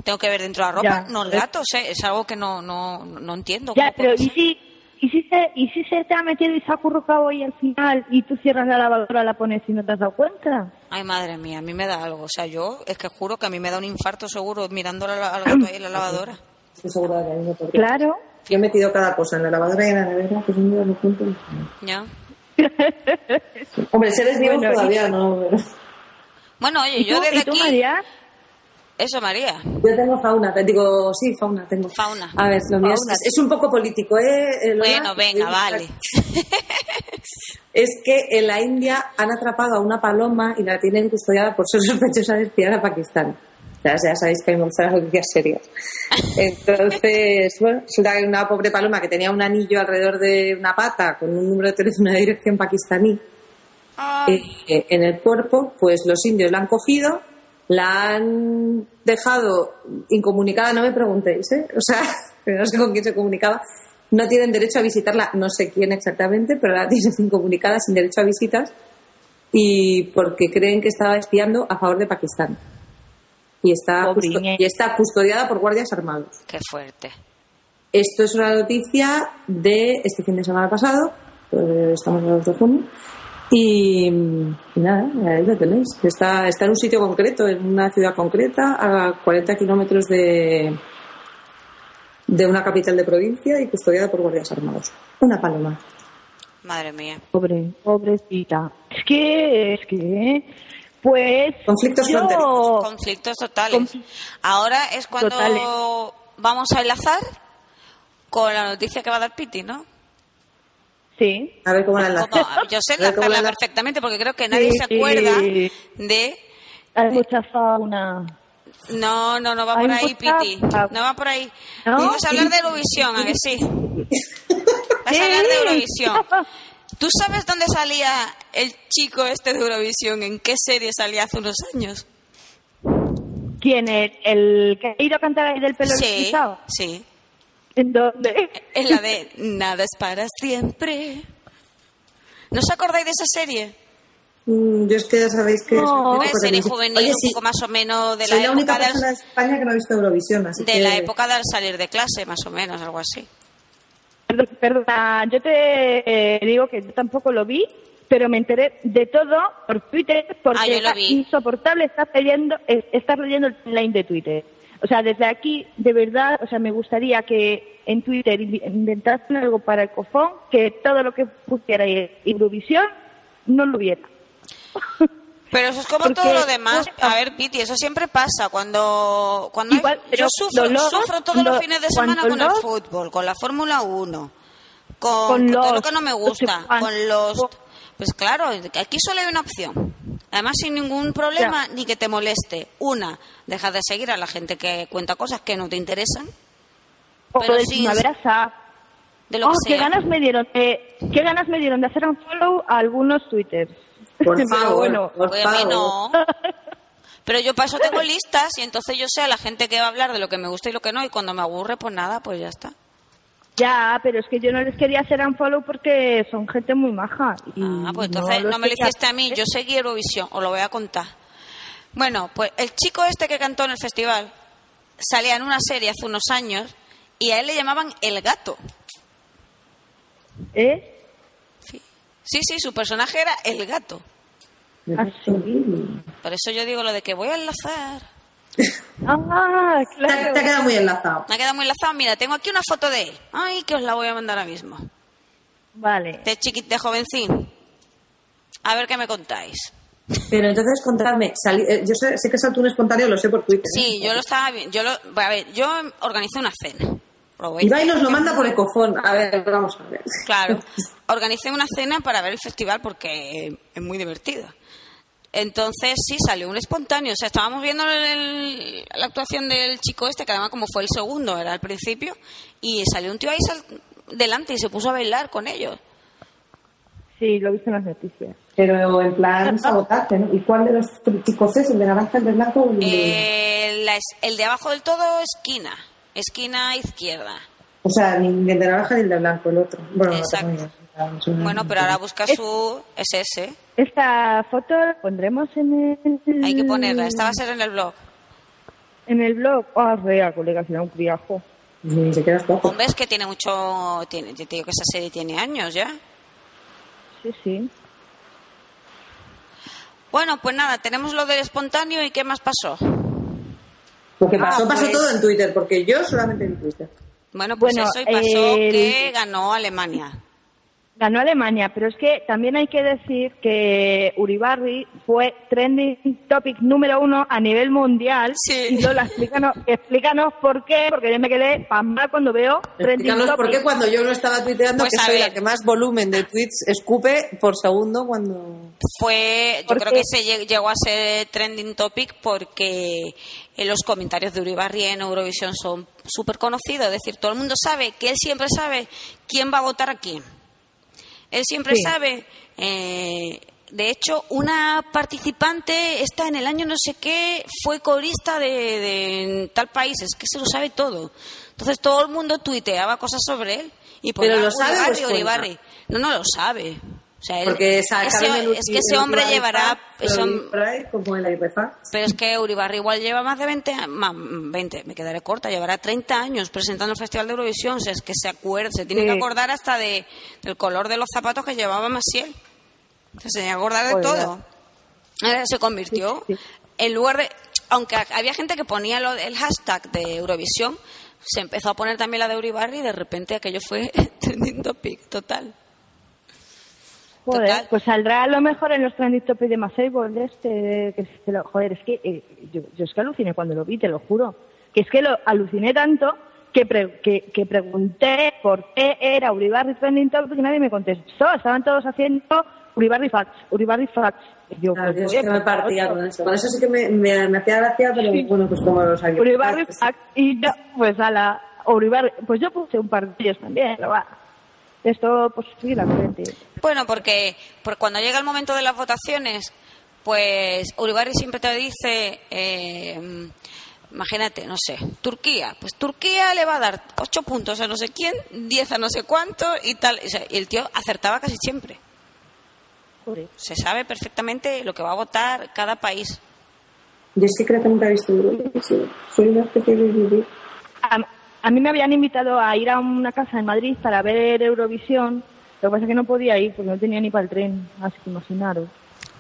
S2: Tengo que ver dentro de la
S1: Ya.
S2: ropa, no el gato, o sea, es algo que no, no, no entiendo.
S1: Ya,
S2: ¿Cómo
S1: pero
S2: puede
S1: ¿y
S2: ser?
S1: si, y, si se, ¿y si se te ha metido y se ha acurrucado ahí al final y tú cierras la lavadora, la pones y no te has dado cuenta?
S2: Ay, madre mía, a mí me da algo. O sea, yo es que juro que a mí me da un infarto seguro mirando la- la- al gato ahí en la lavadora.
S3: Estoy segura de que a mí me podría.
S1: Claro.
S3: Yo he metido cada cosa en la lavadora y en la nevera, que son de los puntos.
S2: ¿Ya?
S3: Hombre, seres vivos
S1: Bueno, y-
S3: todavía no, pero...
S2: Bueno, oye,
S1: ¿Y tú,
S2: yo desde
S1: y tú,
S2: aquí...
S1: María?
S2: Eso, María.
S3: Yo tengo fauna, te digo, sí, fauna, tengo.
S2: Fauna.
S3: A ver, lo mío es,
S2: Fauna.
S3: es un poco político, ¿eh? eh, Lola?
S2: Bueno, venga, vale.
S3: Es que en la India han atrapado a una paloma y la tienen custodiada por ser sospechosa de espiar a Pakistán. O sea, ya sabéis que hay muchas noticias serias. Entonces, bueno, resulta que una pobre paloma que tenía un anillo alrededor de una pata con un número de teléfono de dirección pakistaní eh,
S2: Ay,
S3: eh, en el cuerpo, pues los indios la han cogido, la han dejado incomunicada, no me preguntéis, ¿eh? O sea, no sé con quién se comunicaba. No tienen derecho a visitarla, no sé quién exactamente, pero la tienen incomunicada, sin derecho a visitas, y porque creen que estaba espiando a favor de Pakistán. Y está,
S1: Pobre
S3: custo-
S1: niña.
S3: y está custodiada por guardias armados.
S2: qué fuerte.
S3: Esto es una noticia de este fin de semana pasado, eh, estamos a 2 de junio, y, y nada, ahí lo tenéis. Está, está en un sitio concreto, en una ciudad concreta, a 40 kilómetros de, de una capital de provincia y custodiada por guardias armados. Una paloma.
S2: Madre mía.
S1: Pobre, pobrecita. Es que, es que, pues...
S3: Conflictos
S1: yo-
S3: fronterizos.
S2: Conflictos totales.
S1: Confl-
S2: Ahora es cuando
S1: Oh. Totales.
S2: vamos a enlazar con la noticia que va a dar Piti, ¿no?
S1: Sí.
S3: A ver cómo la enlazas.
S2: Como- yo sé
S3: A ver cómo
S2: enlazarla
S3: la enla-
S2: perfectamente porque creo que nadie
S1: Sí.
S2: se acuerda de...
S1: Hay mucha fauna.
S2: No, no, no va
S1: Hay
S2: por ahí,
S1: mucha-
S2: Piti. No va por ahí.
S1: ¿No?
S2: Vamos a hablar de Eurovisión, ¿a que sí? Vas a hablar de Eurovisión. ¿Tú sabes dónde salía el chico este de Eurovisión? ¿En qué serie salía hace unos años?
S1: ¿Quién es? ¿El que ha ido a cantar ahí del pelo
S2: Sí,
S1: rizado?
S2: sí.
S1: ¿En dónde?
S2: Es la de Nada es para siempre. ¿No os acordáis de esa serie?
S3: Mm, Yo es que ya sabéis que...
S1: No,
S2: Una
S1: Ojo,
S2: serie juvenil,
S3: Oye,
S2: un
S3: sí,
S2: poco más o menos de
S3: soy
S2: la,
S3: la única
S2: época del,
S3: persona de España que no ha visto Eurovisión, así
S2: de
S3: que-
S2: la época del salir de clase, más o menos, algo así.
S1: Perdón- Perdona, yo te eh, digo que yo tampoco lo vi, pero me enteré de todo por Twitter porque
S2: Ah, yo lo
S1: era
S2: vi.
S1: insoportable estar leyendo, eh, estar leyendo el timeline de Twitter. O sea, desde aquí, de verdad, o sea, me gustaría que en Twitter invi- inventasen algo para el cofón, que todo lo que pusiera en Eurovisión no lo hubiera.
S2: Pero eso es como
S1: Porque-
S2: todo lo demás. A ver, Piti, eso siempre pasa. Cuando, cuando hay-
S1: Igual, pero
S2: yo sufro,
S1: los logos,
S2: sufro todos los
S1: lo-
S2: fines de semana
S1: cuando
S2: con el
S1: los-
S2: fútbol, con la Fórmula 1, con,
S1: Con ah,
S2: con todo lo
S1: Lost,
S2: que no me
S1: no sé
S2: gusta,
S1: cuánto.
S2: con los... Pues claro, aquí solo hay una opción. Además, sin ningún problema ni que te moleste. Una, dejas de seguir a la gente que cuenta cosas que no te interesan.
S1: O
S2: Pero
S1: del
S2: sí,
S1: Primavera Sound,
S2: de lo
S1: Oh,
S2: que
S1: qué
S2: sea.
S1: ganas me dieron de, qué ganas me dieron de hacer un follow a algunos twitters.
S3: Por
S1: Pero
S3: favor,
S1: bueno.
S3: por
S2: Pues a mí
S3: favor.
S2: no. Pero yo paso tengo listas y entonces yo sé a la gente que va a hablar de lo que me gusta y lo que no y cuando me aburre pues nada, pues ya está.
S1: Ya, pero es que yo no les quería hacer un follow porque son gente muy maja. y
S2: Ah, pues entonces no,
S1: los
S2: me lo
S1: quería
S2: hiciste a mí, yo seguí Eurovisión, os lo voy a contar. Bueno, pues el chico este que cantó en el festival salía en una serie hace unos años y a él le llamaban El Gato.
S1: hacer, ¿Eh?
S2: Sí, sí, su personaje era El Gato.
S3: Me
S1: Ah,
S3: parece
S1: sí.
S3: horrible.
S2: Por eso yo digo lo de que voy a enlazar.
S1: Ah,
S3: Te ha, te ha
S1: claro.
S3: quedado muy enlazado.
S2: Me ha quedado muy enlazado. Mira, tengo aquí una foto de él. Ay, que os la voy a mandar ahora mismo.
S1: Vale.
S2: De chiquit, de jovencín. A ver qué me contáis.
S3: Pero entonces, contadme, salí- eh, yo sé, sé que saltó un espontáneo, lo sé por Twitter. ¿eh?
S2: Sí, yo lo estaba viendo. Yo lo, a ver, yo organicé una cena. Lo voy a-
S3: Ibai nos lo manda por ecofón. A ver, vamos a ver.
S2: Claro. Organicé una cena para ver el festival porque es muy divertido. Entonces, sí, salió un espontáneo. O sea, estábamos viendo el- la actuación del chico este, que además como fue el segundo, era al principio, y salió un tío ahí sal- delante y se puso a bailar con ellos.
S1: Sí, lo he visto en las noticias.
S3: Pero en plan sabotaje, ¿no? ¿Y cuál de los chicos es? ¿El de naranja, el de blanco o el
S2: Eh, la es- el de abajo del todo, esquina. Esquina izquierda.
S3: O sea, ni el de naranja ni el de blanco, el otro. Bueno,
S2: no Exacto. tengo Bueno, pero ahora busca su... Es ese.
S1: Esta foto la pondremos en el...
S2: Hay que ponerla. Esta va a ser en el blog.
S1: En el blog. Ah, rea, colega, será un criajo.
S3: Ni siquiera es poco.
S2: Hombre, es que tiene mucho... Tiene, yo te digo que esa serie tiene años ya.
S1: Sí, sí.
S2: Bueno, pues nada, tenemos lo del espontáneo y qué más pasó.
S3: Lo que pasó,
S1: Ah,
S3: pasó
S1: pues-
S3: todo en Twitter, porque yo solamente en Twitter.
S2: Bueno, pues
S1: Bueno,
S2: eso y pasó
S1: el-
S2: que ganó Alemania.
S1: Ganó Alemania, pero es que también hay que decir que Uribarri fue trending topic número uno a nivel mundial.
S2: Sí.
S1: Y Lola, explícanos, explícanos por qué, porque yo me quedé pamada cuando veo trending
S3: Explícanos
S1: topic.
S3: por qué cuando yo no estaba tuiteando,
S2: Pues
S3: que
S2: a
S3: soy
S2: ver.
S3: la que más volumen de tweets escupe por segundo cuando...
S2: Fue, yo
S1: ¿Por
S2: creo
S1: qué?
S2: que se lle- llegó a ser trending topic porque eh, los comentarios de Uribarri en Eurovisión son súper conocidos. Es decir, todo el mundo sabe que él siempre sabe quién va a votar a quién. Él siempre
S1: Sí.
S2: sabe. eh, de hecho, una participante está en el año no sé qué, fue corista de, de tal país. Es que se lo sabe todo. Entonces todo el mundo tuiteaba cosas sobre él. Y ponía,
S3: ¿Pero lo sabe o
S2: Uribarri,
S3: es cuenta?
S2: Uribarri. No, no lo sabe. O sea, él-
S3: Porque
S2: ese-
S3: sacaron el
S2: es que ese
S3: el
S2: hombre
S3: Uribarri
S2: llevará...
S3: Fact,
S2: ese
S3: el
S2: hom- Pues,
S3: Uribarri como el Airrefax.
S2: pero es que Uribarri igual lleva más de 20, a- más 20, me quedaré corta, llevará 30 años presentando el Festival de Eurovisión, o sea, es que se acuerda, se tiene
S1: Sí.
S2: que acordar hasta de, del color de los zapatos que llevaba Maciel. O sea, se tiene que acordar de
S1: Joder.
S2: todo. Eh, Se convirtió
S1: Sí, sí.
S2: en lugar de... Aunque ha- había gente que ponía lo- el hashtag de Eurovisión, se empezó a poner también la de Uribarri y de repente aquello fue trending topic total.
S1: Joder,
S2: Total.
S1: pues saldrá a lo mejor en los trending topic de Maceibo, de este, que se lo- joder, es que eh, yo, yo es que aluciné cuando lo vi, te lo juro. Que es que lo aluciné tanto que, pre- que, que pregunté por qué era Uribarri trending topic y nadie me contestó. Estaban todos haciendo Uribarri facts, Uribarri facts. Y Yo,
S3: Claro,
S1: pues,
S3: yo es
S1: oye,
S3: que me
S1: pues,
S3: partía
S1: otro.
S3: con eso. Con eso sí que me, me, me hacía gracia, pero bueno, pues como lo sabía.
S1: Uribarri
S3: Pues,
S1: facts y no, pues a la Uribarri, pues yo puse un par de ellos también, pero va. Esto, pues sí, la corriente.
S2: Bueno, porque, porque cuando llega el momento de las votaciones, pues Uribarri siempre te dice, eh, imagínate, no sé, Turquía. Pues Turquía le va a dar 8 puntos a no sé quién, 10 a no sé cuánto y tal. O sea, y el tío acertaba casi siempre.
S1: Joder.
S2: Se sabe perfectamente lo que va a votar cada país.
S3: Yo es que creo que nunca he visto Eurovisión. Soy una especie de vivir.
S1: A, a mí me habían invitado a ir a una casa en Madrid para ver Eurovisión. Lo que pasa es que no podía ir porque no tenía ni para el tren, así que imaginaros.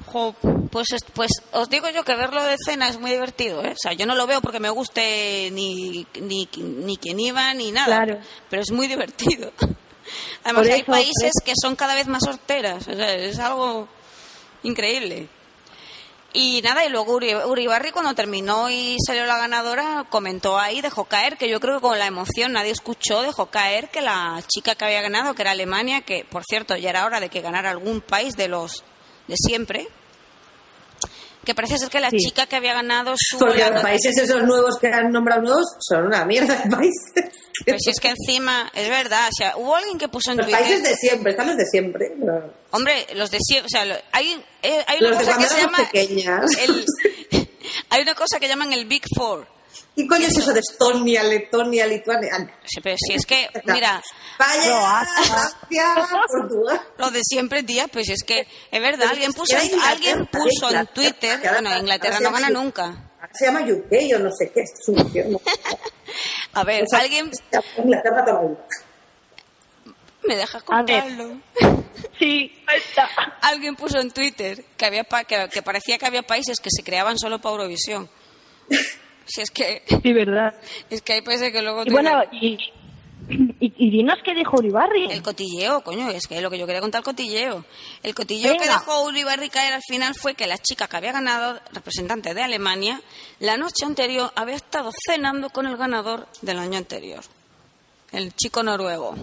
S2: Jo, Pues, es- pues os digo yo que verlo de cena es muy divertido. ¿eh? O sea, yo no lo veo porque me guste ni, ni, ni quien iba ni nada.
S1: Claro.
S2: Pero es muy divertido. Además,
S1: Por
S2: hay
S1: eso,
S2: países
S1: por
S2: que son cada vez más horteras. O sea, es algo increíble. Y nada, y luego Uri- Uribarri cuando terminó y salió la ganadora, comentó ahí, dejó caer, que yo creo que con la emoción nadie escuchó, dejó caer que la chica que había ganado, que era Alemania, que por cierto ya era hora de que ganara algún país de los de siempre, Que parece ser que la
S1: Sí.
S2: chica que había ganado su...
S3: Porque los
S2: la-
S3: países esos nuevos que han nombrado nuevos son una mierda de países.
S2: Pero Pues si es que encima, es verdad, o sea, hubo alguien que puso en
S3: Los
S2: Twitter-
S3: países de siempre, están los de siempre. pero-
S2: Hombre, los de siempre, o sea, lo- hay, eh, hay
S3: Los
S2: una
S3: de
S2: cosa que
S3: cuando
S2: se
S3: éramos
S2: llama
S3: pequeñas.
S2: el- hay una cosa que llaman el Big Four.
S3: ¿Y coño es eso de Estonia, Letonia, Lituania? Ah,
S2: O sea, Pero si es que, mira,
S3: Vaya,
S1: Croacia.
S3: Francia, Portugal.
S2: lo de siempre, tía, pues es que es verdad,
S3: Pero
S2: alguien
S3: es que
S2: puso,
S3: era Inglaterra,
S2: alguien puso en
S3: Inglaterra,
S2: Twitter,
S3: que ahora-
S2: bueno, Inglaterra no
S3: ahora se
S2: gana
S3: llama-
S2: nunca.
S3: Ahora Se llama UK o no sé qué, es un infierno.
S2: A ver,
S3: O sea,
S2: alguien
S3: Inglaterra toda la vida.
S2: me deja
S1: A ver.
S2: contarlo.
S1: Sí, está.
S2: Alguien puso en Twitter que había pa- que, que parecía que había países que se creaban solo para Eurovisión. Si es que
S1: Sí, verdad.
S2: es que hay países que luego
S1: Y bueno, y,
S2: tienen-
S1: y, y dinos qué dijo Uribarri.
S2: El cotilleo, coño, es que lo que yo quería contar el cotilleo. El cotilleo que
S1: Venga.
S2: dejó Uribarri caer al final fue que la chica que había ganado, representante de Alemania, la noche anterior había estado cenando con el ganador del año anterior, el chico noruego.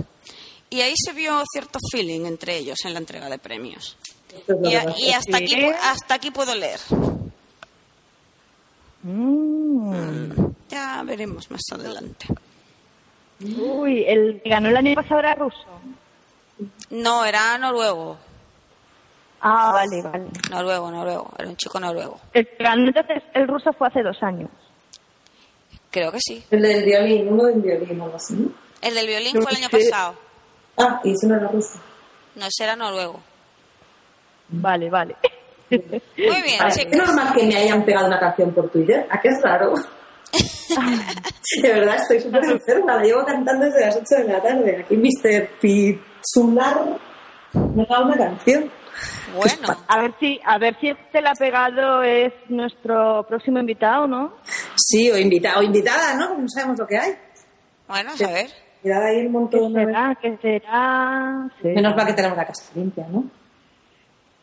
S2: Y ahí se vio cierto feeling entre ellos en la entrega de premios.
S3: Esto es lo
S2: Y,
S3: que
S2: a-
S3: pasa.
S2: y hasta, aquí, pu- hasta aquí puedo leer.
S1: Mm.
S2: Ya veremos más adelante.
S1: Uy, el que ganó el año pasado era ruso.
S2: No, era noruego.
S1: Ah, vale, vale.
S2: Noruego, noruego. Era un chico noruego.
S1: El que ganó entonces el ruso fue hace dos años.
S2: Creo que sí.
S3: El del violín, uno del violín o algo así. ¿no?
S2: El del violín
S1: Creo
S2: fue el
S1: que
S2: año
S1: sí.
S2: pasado.
S3: Ah, y eso no era ruso.
S2: No, ese era noruego.
S1: Vale, vale.
S2: Muy bien,
S3: Vale,
S2: chicos.
S3: Es normal que me hayan pegado una canción por Twitter. ¿A qué es raro? de verdad, estoy súper enferma. La llevo cantando desde las 8 de la tarde. Aquí Mr. Pizular me ha dado una canción.
S2: Bueno,
S1: A ver si, a ver si este la ha pegado es nuestro próximo invitado, ¿no?
S3: Sí, o, invita o invitada, ¿no? No sabemos lo que hay.
S2: bueno, a ver.
S3: Mirad ahí el
S1: ¿Qué
S3: montón de...
S1: será? ¿Qué será? ¿Será?
S3: Menos mal que tenemos la casa limpia, ¿no?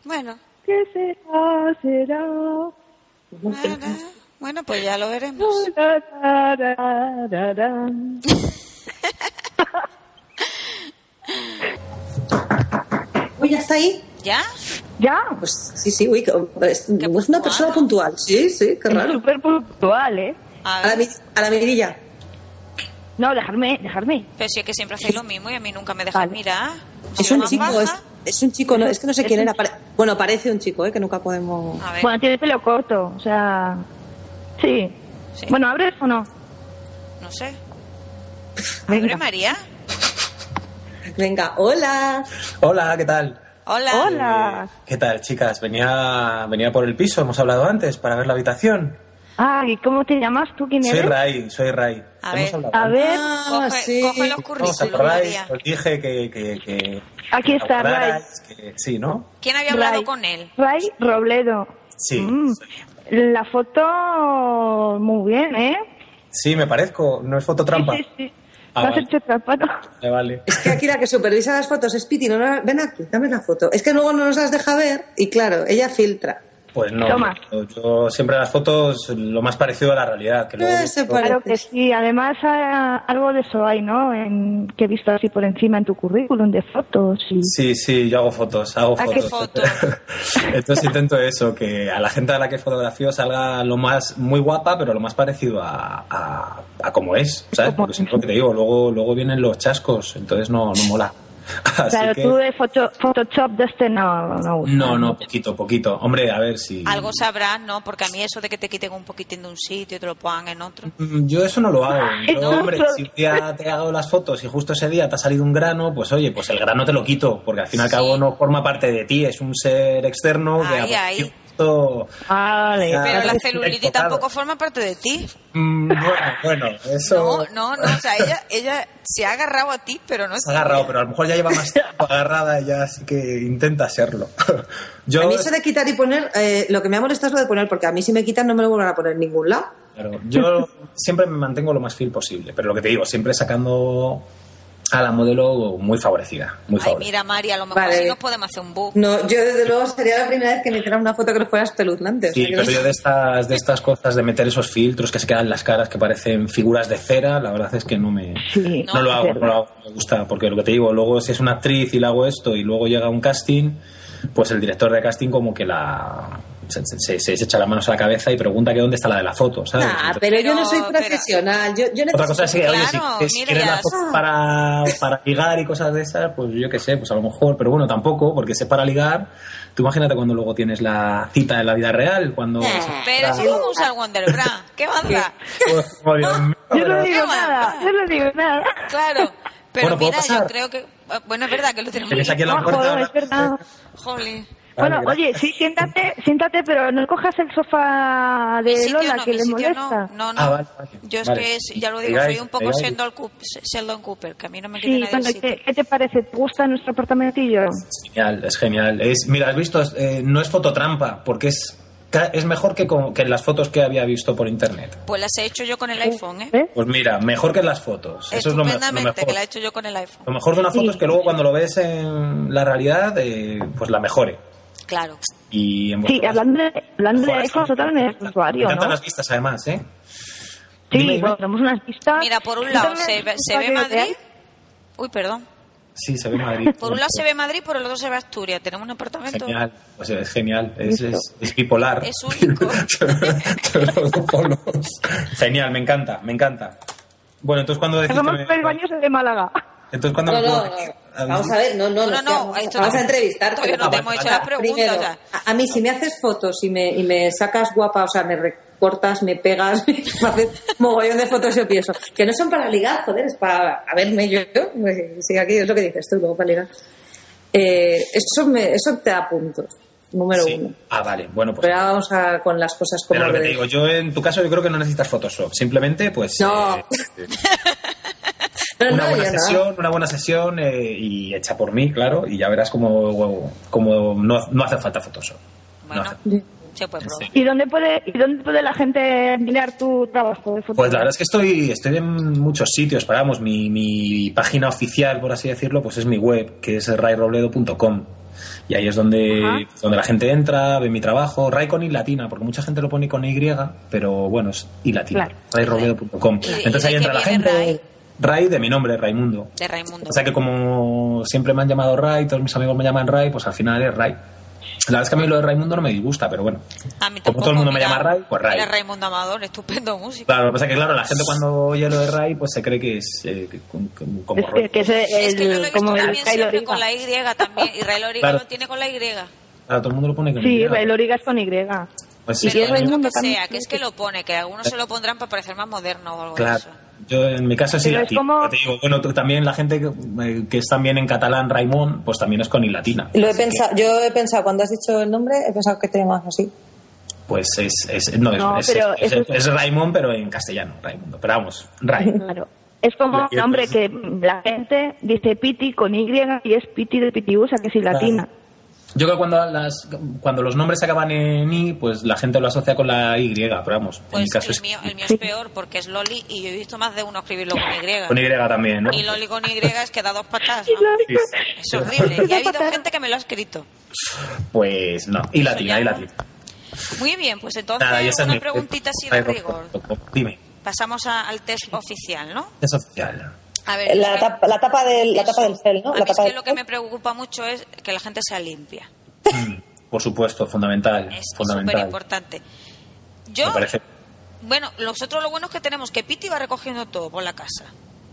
S2: Bueno,
S1: ¿Qué será? ¿Será?
S2: nada. bueno, pues ya lo veremos.
S1: Ra, ra, ra, ra, ra.
S3: Uy, ya está ahí.
S2: ¿Ya?
S1: Ya,
S3: Pues sí, sí, uy, que- es es una
S2: puntual.
S3: persona puntual. Sí, sí, qué
S1: es
S3: raro.
S1: súper puntual, ¿eh?
S2: A
S3: A la,
S2: ver.
S3: mi- a la mirilla.
S1: No, dejarme, dejarme.
S2: Pero si es que siempre hacéis lo mismo y a mí nunca me dejáis
S1: Vale.
S2: mirar. Si
S3: Es
S2: lo
S3: un
S2: más
S3: chico, es,
S2: baja-
S3: es un chico, no, es que no sé
S1: Es
S3: quién
S1: un Ah,
S3: era. pare- bueno, parece un chico, ¿eh? que nunca podemos.
S2: A ver.
S1: Bueno, tiene pelo corto, o sea... Sí.
S2: Sí.
S1: Bueno, ¿abres o no?
S2: No sé. ¿Abre
S1: Venga.
S2: María?
S3: Venga, hola.
S4: Hola, ¿qué tal?
S2: Hola.
S1: Hola.
S4: Eh, ¿Qué tal, chicas? Venía, venía por el piso, hemos hablado antes, para ver la habitación.
S1: Ah, ¿y cómo te llamas tú? ¿Quién
S4: Soy
S1: eres?
S4: Ray, soy Ray.
S2: A
S4: hemos
S2: ver.
S4: hablado
S1: A
S4: antes.
S1: ver,
S3: Ah,
S2: Coge,
S3: sí.
S2: coge los
S4: ¿No os
S2: currículos,
S4: acordáis?
S2: María.
S4: Os dije que... que- que-
S1: Aquí
S4: que
S1: está
S4: acordarais, que- sí, ¿no?
S2: ¿Quién había hablado
S1: Ray.
S2: con él?
S1: Ray Robledo.
S4: Sí.
S1: Mm. La foto, muy bien, ¿eh?
S4: Sí, me parezco. No es fototrampa.
S1: Sí, sí, sí.
S4: Ah,
S1: ¿No has
S4: vale.
S1: hecho trampa, no?
S4: Vale, vale.
S3: Es que aquí la que supervisa las fotos es Piti. No, la- ven aquí, dame la foto. Es que luego no nos las deja ver y claro, ella filtra.
S4: Pues no.
S1: Toma.
S4: Yo, yo siempre las fotos lo más parecido a la realidad. Que luego
S3: Ah, se parece.
S1: Claro que sí. Además, ah, algo de eso hay, ¿no? En, que he visto así por encima en tu currículum de fotos. Y...
S4: Sí, sí, yo hago fotos, hago
S1: ¿A qué
S4: fotos.
S2: foto?
S4: Entonces intento eso, que a la gente a la que fotografío salga lo más muy guapa, pero lo más parecido a, a, a como es, ¿sabes?
S1: Como
S4: Porque
S1: es.
S4: si no, lo que te digo, luego, luego vienen los chascos, entonces no, no mola. Así
S1: claro,
S4: que...
S1: tú de foto- Photoshop de este no, no usas.
S4: No, no, poquito, poquito. Hombre, a ver si...
S2: Algo sabrás, ¿no? Porque a mí eso de que te quiten un poquitín de un sitio y te lo pongan en otro.
S4: Mm, Yo eso no lo hago. Yo,
S1: no,
S4: hombre,
S1: no.
S4: si un día te he dado las fotos y justo ese día te ha salido un grano, pues oye, pues el grano te lo quito, porque al fin y al cabo no forma parte de ti, es un ser externo que
S2: Ahí,
S4: a
S2: ahí.
S4: justo-
S1: Vale.
S4: Ya.
S2: Pero la
S4: Ah,
S2: celulitis
S4: tocado.
S2: tampoco forma parte de ti.
S4: Mm, Bueno, bueno,
S2: No,
S4: eso
S2: no, no. O sea, ella, ella se ha agarrado a ti, pero no
S4: se ha agarrado, pero a lo mejor ya lleva más tiempo agarrada y ya sí que intenta serlo.
S3: A
S4: Yo,
S3: mí eso de quitar y poner, eh, lo que me ha molestado es lo de poner, porque a mí si me quitan no me lo vuelven a poner en ningún lado.
S4: claro, yo siempre me mantengo lo más fiel posible, pero lo que te digo, siempre sacando a la modelo muy favorecida, muy
S2: Ay,
S4: favorecida.
S2: mira, María, a lo mejor
S3: Vale.
S2: sí nos podemos hacer un bug.
S3: No, yo desde luego sería la primera vez que me hicieran una foto que no fuera espeluznante. o sea
S4: Sí,
S3: que no
S4: pero yo de estas, de estas cosas de meter esos filtros que se quedan en las caras que parecen figuras de cera, la verdad es que no me
S1: Sí.
S4: no lo
S1: es
S4: hago, no
S1: verdad.
S4: lo hago, me gusta, porque lo que te digo, luego si es una actriz y le hago esto y luego llega un casting, pues el director de casting como que la se, se- se- se echa las manos a la cabeza y pregunta que dónde está la de la foto, ¿sabes?
S3: Nah,
S4: Entonces-
S3: pero, yo no soy
S2: Pero-
S3: profesional. Yo, yo
S4: Otra cosa es que,
S3: necesito-
S4: oye, si
S2: Claro,
S4: quieres-
S2: mira,
S4: quieres
S2: ya
S4: la foto para, para ligar y cosas de esas, pues yo qué sé, pues a lo mejor, pero bueno, tampoco, porque si es para ligar, tú imagínate cuando luego tienes la cita en la vida real, cuando...
S3: Nah.
S2: Pero eso es como usar Wonderbra. ¿Qué onda?
S4: Pues, oh, Dios mío,
S1: Yo no
S4: pero-
S1: digo nada, yo no digo nada.
S2: Claro. Pero
S4: Bueno, ¿puedo
S2: mira, yo
S4: pasar?
S2: creo que... ah, Bueno, es verdad que lo tenemos...
S4: Tenéis aquí en
S1: No,
S4: la puerta...
S1: joder, es verdad.
S2: Jolín.
S1: Bueno,
S4: Vale,
S1: oye, sí, siéntate, siéntate, pero no cojas el sofá de
S2: Mi sitio
S1: Lola
S2: no,
S1: que
S2: mi
S1: le
S2: sitio
S1: molesta.
S2: No, no, no.
S4: Ah, vale, vale,
S2: Yo es
S4: vale.
S2: que, es- ya lo digo,
S4: Digáis,
S2: soy un poco
S4: digáis.
S2: Sheldon Coop- Sheldon Cooper, que a mí no me quita
S1: Sí,
S2: nadie el
S1: bueno,
S2: sitio.
S1: ¿qué, qué te parece? ¿Te gusta nuestro apartamentillo?
S4: Genial, es genial. Es, mira, has visto, Es, eh, no es fototrampa, porque es, ca- es mejor que, con- que en las fotos que había visto por internet.
S2: Pues las he hecho yo con el iPhone, ¿eh?
S1: ¿Eh?
S4: Pues mira, mejor que en las fotos. Eso es lo, me- lo
S2: Estupendamente,
S4: mejor.
S2: que la he hecho yo con el iPhone.
S4: Lo mejor de una foto es que luego cuando lo ves en la realidad, eh, pues la mejore.
S2: Claro.
S4: Y en vuestro
S1: Sí,
S4: caso-
S1: hablando de, hablando de
S4: Joder,
S1: iPhone,
S4: esto-
S1: totalmente es usuario,
S4: Me encantan
S1: ¿no?
S4: las vistas además, ¿eh?
S1: Sí,
S4: Dime,
S1: bueno, tenemos unas pistas.
S2: Mira, por un lado
S1: Totalmente
S2: se ve,
S1: es
S2: se ve
S1: usuario
S2: Madrid.
S1: real.
S2: Uy, perdón.
S4: Sí, se ve Madrid.
S2: Por un lado se ve Madrid, por el otro se ve Asturias. Tenemos un apartamento.
S4: Genial, o sea, es genial, es, es, es bipolar.
S2: Es único.
S4: Son los dos polos. genial, me encanta, me encanta. Bueno, entonces cuando decís que
S1: Hagamos
S4: me-
S1: por el baño de Málaga.
S4: Entonces cuando
S3: No,
S4: me
S3: no,
S4: puedo-
S3: no. Vamos a ver, no, no,
S2: No,
S3: no,
S2: no, no,
S3: vamos,
S2: esto
S3: vamos
S2: no.
S3: a entrevistarte.
S2: Todavía no
S4: Ah,
S2: te
S4: vale,
S2: hemos hecho
S4: vale.
S2: las preguntas.
S3: Primero,
S2: o sea,
S3: a, a mí si me haces fotos y me, y me sacas guapa, o sea, me recortas, me pegas, me haces mogollón de fotos, yo pienso, que no son para ligar, joder, es para a verme yo, eh, sí, aquí es lo que dices tú, luego para ligar. Eh, eso, me- eso te da puntos, número
S4: Sí.
S3: uno.
S4: Ah, vale, bueno, pues.
S3: Pero ahora vamos a, con las cosas como...
S4: Pero lo que
S3: lo
S4: te
S3: de-
S4: digo, yo en tu caso yo creo que no necesitas Photoshop, simplemente pues
S3: No.
S4: eh,
S3: No, no,
S4: una, buena
S3: yo no.
S4: sesión, una buena sesión, eh, y hecha por mí, claro, y ya verás como, como no, no hace falta Photoshop. No hace
S2: bueno, se puede probar.
S1: ¿Y dónde puede, y dónde puede la gente mirar tu trabajo de fotografía?
S4: Pues la verdad es que estoy, estoy en muchos sitios, pero vamos, mi, mi página oficial, por así decirlo, pues es mi web, que es rayrobledo.com. Y ahí es
S1: Ajá.
S4: donde, donde la gente entra, ve mi trabajo, Ray con Y latina, porque mucha gente lo pone con Y, pero bueno, es Y latina,
S1: Claro.
S4: rayrobledo.com.
S2: ¿Y de- y
S4: Entonces
S2: de
S4: ahí
S2: qué
S4: entra la
S2: viene
S4: gente,
S2: Ray?
S4: Ray? de mi nombre, Raimundo.
S2: De Raimundo.
S4: O sea que como siempre me han llamado Ray, todos mis amigos me llaman Ray, pues al final es Ray. La verdad es que a mí lo de Raimundo no me disgusta, pero bueno.
S2: A mí
S4: como
S2: tampoco.
S4: todo el mundo me
S2: mira,
S4: llama Ray, pues Ray.
S2: mira, Raimundo Amador, estupendo músico.
S4: Claro, lo que pasa es que, claro, la gente cuando oye lo de Ray, pues se cree que es eh, que- como, como- como
S1: Es que,
S4: Ray.
S1: que ese-
S2: es que yo lo he
S1: el, como
S2: visto
S1: el
S2: también siempre
S1: Taylor
S2: con la Y también. Y Ray Loriga
S4: Claro.
S2: lo tiene con la Y.
S4: Claro, todo el mundo lo pone con
S1: Sí,
S4: Y.
S1: el Origa es con Y.
S4: Pues
S2: Pero
S4: sí,
S1: es
S2: no es lo
S1: Raimundo
S2: que
S1: también.
S2: sea, que es que lo pone, que algunos se lo pondrán para parecer más moderno o algo de
S4: claro.
S2: eso.
S4: Yo en mi caso sí
S1: pues. Pero es
S4: latina.
S1: como-
S4: Ya Te digo, bueno, tú- también la gente que, eh, que es también en catalán Raimón, pues también es con y latina.
S3: Lo he pensado, yo he pensado, cuando has dicho el nombre, he pensado que te llamas así.
S4: Pues es, es no, es,
S1: No,
S4: es-
S1: pero
S4: es-
S1: eso-
S4: es Raimón, pero en castellano, Raimundo. Pero vamos, Ray.
S1: Claro. Es como
S4: Y pues
S1: un hombre que
S4: entonces-
S1: la gente dice Piti con Y y es Piti de Pitiusa, que sí latina.
S4: Yo creo que cuando, las, cuando los nombres acaban en I, pues la gente lo asocia con la Y, pero vamos, en mi
S2: Pues
S4: caso
S2: el
S4: es
S2: mío, el mío es peor porque es Loli y yo he visto más de uno escribirlo con
S4: con
S2: Y.
S4: Y también, ¿no?
S2: Y Loli con Y es que da dos patas.
S1: Y
S2: vamos.
S1: Loli
S4: Sí,
S1: con-
S4: sí.
S2: Es horrible. Y ha habido gente que me lo ha escrito.
S4: Pues no, y latina, y
S2: ya no.
S4: latina.
S2: Muy bien, pues entonces
S4: Nada, y esa es
S2: una
S4: mi-
S2: preguntita así de rigor.
S4: Dime,
S2: Pasamos a- al test oficial, ¿no?
S4: es oficial.
S2: A ver,
S3: La
S2: es que-
S3: tapa, la tapa del, la tapa del gel, ¿no?
S2: A
S3: La
S2: mí es
S3: tapa
S2: Ah, que
S3: del
S2: lo que
S3: gel.
S2: me preocupa mucho es que la gente sea limpia.
S4: Mm, Por supuesto, fundamental.
S2: Es súper
S4: fundamental.
S2: importante.
S4: Me
S2: Yo,
S4: parece,
S2: bueno, nosotros lo bueno es que tenemos que Piti va recogiendo todo por la casa.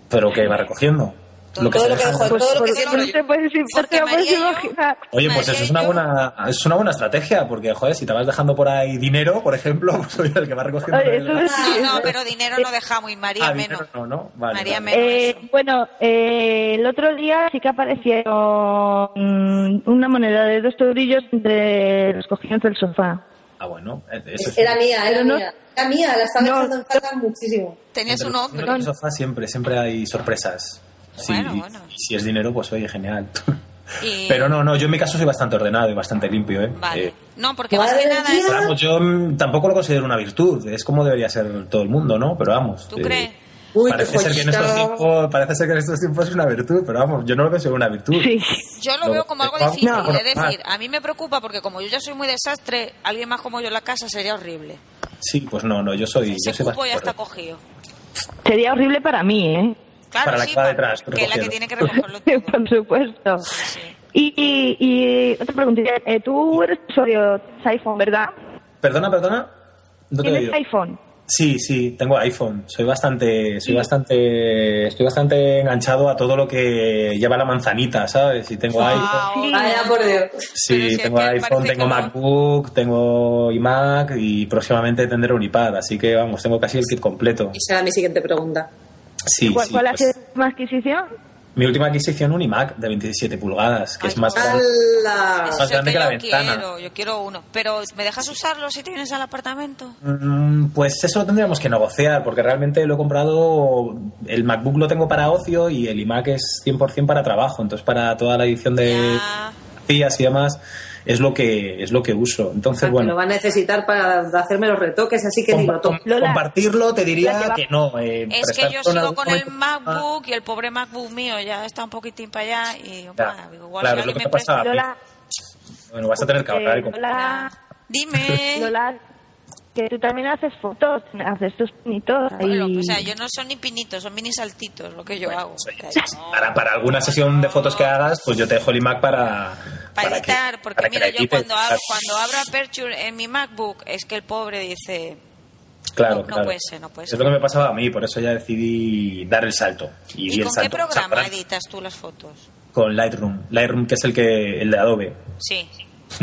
S4: pero que va recogiendo.
S2: Todo
S4: que
S3: todo
S4: se
S3: lo que
S4: deja-
S3: dejó
S1: Pues
S3: todo lo que
S1: por-
S3: siempre
S1: no te puedes, no
S2: Porque
S1: te lo puedes
S2: María y yo-
S1: imaginar.
S4: Oye, pues
S2: María
S4: eso es
S2: y
S4: una
S2: yo-
S4: buena es una buena estrategia, porque joder, si te vas dejando por ahí dinero, por ejemplo, pues soy el que va recogiendo.
S1: Oye, eso
S3: Ah,
S1: es-
S2: No,
S1: Sí,
S2: no,
S1: es-
S2: pero dinero no dejamos y María
S4: Ah, dinero
S2: menos.
S4: no, ¿no? Vale,
S2: María
S4: vale.
S2: menos.
S1: Eh,
S2: eso.
S1: bueno, eh, el otro día sí que aparecieron mm, una moneda de dos eurillos entre los cojines del sofá.
S4: Ah, bueno, eh, eso es-
S3: Era mía, era
S1: Pero no-
S3: mía. Era mía, la estaba
S1: No.
S3: echando en falta muchísimo.
S2: Tenía su
S4: Pero
S2: nombre.
S4: En el sofá siempre, siempre hay sorpresas. Si,
S2: Bueno, bueno.
S4: si es dinero, pues oye, genial.
S2: Y-
S4: Pero no, no, yo en mi caso soy bastante ordenado y bastante limpio, ¿eh?
S2: Vale.
S4: Eh,
S2: No, porque más
S3: Madre
S2: que nada ¿eh?
S3: mía.
S2: es...
S4: pero vamos, yo mm, tampoco lo considero una virtud, es como debería ser todo el mundo, ¿no? Pero vamos.
S2: ¿Tú
S4: eh,
S2: crees?
S3: Uy, pues
S4: parece,
S3: qué
S4: ser que en estos
S3: joyita.
S4: tiempos, parece ser que en estos tiempos es una virtud, pero vamos, yo no lo considero una virtud.
S1: Sí.
S2: Yo lo
S4: No,
S2: veo como algo
S4: vamos,
S2: difícil.
S4: no.
S2: Es decir, a mí me preocupa porque como yo ya soy muy desastre, alguien más como yo en la casa sería horrible.
S4: Sí, pues no, no, yo soy. Yo
S2: Ese
S4: soy
S2: cupo ya
S4: bastante
S2: está cogido.
S4: ordenado.
S1: Sería horrible para mí, ¿eh?
S2: Claro,
S4: Para la
S2: sí,
S4: que va
S2: para-
S4: detrás,
S2: que es la que
S4: recogiendo.
S2: tiene que recogerlo todo.
S1: Por supuesto.
S2: Sí.
S1: Y, y, y otra pregunta, eh, tú eres usuario de iPhone, ¿verdad?
S4: Perdona, perdona. No te he
S1: ¿Tienes
S4: oído.
S1: iPhone?
S4: Sí, sí, tengo iPhone. Soy bastante, soy bastante, estoy bastante enganchado a todo lo que lleva la manzanita, ¿sabes? Y tengo iPhone.
S3: Vaya por Dios.
S2: Pero si
S4: Sí,
S2: es
S4: tengo
S2: que
S4: iPhone,
S2: parece
S4: tengo
S2: como-
S4: MacBook, tengo iMac y próximamente tendré un iPad, así que vamos, tengo casi el kit completo.
S3: Esa era mi siguiente pregunta.
S4: Sí,
S1: ¿Cuál,
S4: sí,
S1: cuál ha
S4: pues,
S1: sido tu última adquisición?
S4: Mi última adquisición un iMac de 27 pulgadas, que
S2: Ay,
S4: es más
S2: qué
S4: grande.
S3: ¡Hala!
S2: Eso es lo
S4: grande
S2: que
S4: que la
S2: yo
S4: ventana.
S2: quiero, yo quiero uno. Pero, ¿me dejas usarlo si tienes al apartamento?
S4: Mm, Pues eso lo tendríamos que negociar, porque realmente lo he comprado, el MacBook lo tengo para ocio y el iMac es 100% para trabajo, entonces para toda la edición de
S2: Ya.
S4: fotografías y demás es lo que es lo que uso. Entonces,
S3: Ah, que
S4: bueno,
S3: lo va a necesitar para hacerme los retoques, así que ni
S4: compa-
S3: lo toco.
S1: Lola,
S4: compartirlo te
S1: la
S4: diría
S1: lleva-
S4: que no. eh,
S2: Es que
S4: prestar
S2: yo
S4: con
S2: sigo
S4: algún
S2: con el
S4: momento-
S2: MacBook y el pobre MacBook mío ya está un poquitín para allá y
S4: Ah. Ya,
S2: opa, igual
S4: claro,
S2: si
S4: es
S2: alguien
S4: lo que
S2: me
S4: te pasa.
S2: presta...
S1: Lola, eh,
S4: Bueno, vas a tener que ahorrar y comprar.
S1: Lola,
S2: Dime.
S1: Lola, que tú también haces fotos, haces tus pinitos.
S2: Bueno, pues,
S1: y-
S2: o sea, yo no son ni pinitos, son mini saltitos lo que yo hago.
S4: Pues, oye,
S2: O sea,
S4: sí, sí, Para, para alguna sesión de fotos que hagas, pues yo te dejo el iMac para...
S2: para,
S4: que-
S2: editar, porque
S4: para que
S2: mira,
S4: la
S2: yo
S4: edites.
S2: cuando abro, cuando abro Aperture en mi MacBook, es que el pobre dice,
S4: Claro,
S2: No, no
S4: claro.
S2: puede ser, no puede ser.
S4: Es lo que me pasaba a mí, por eso ya decidí dar el salto. Y, di
S2: ¿y,
S4: el
S2: con qué
S4: salto. O sea,
S2: programa
S4: para-
S2: editas tú las fotos?
S4: Con Lightroom. Lightroom, que es el que el de Adobe.
S2: Sí,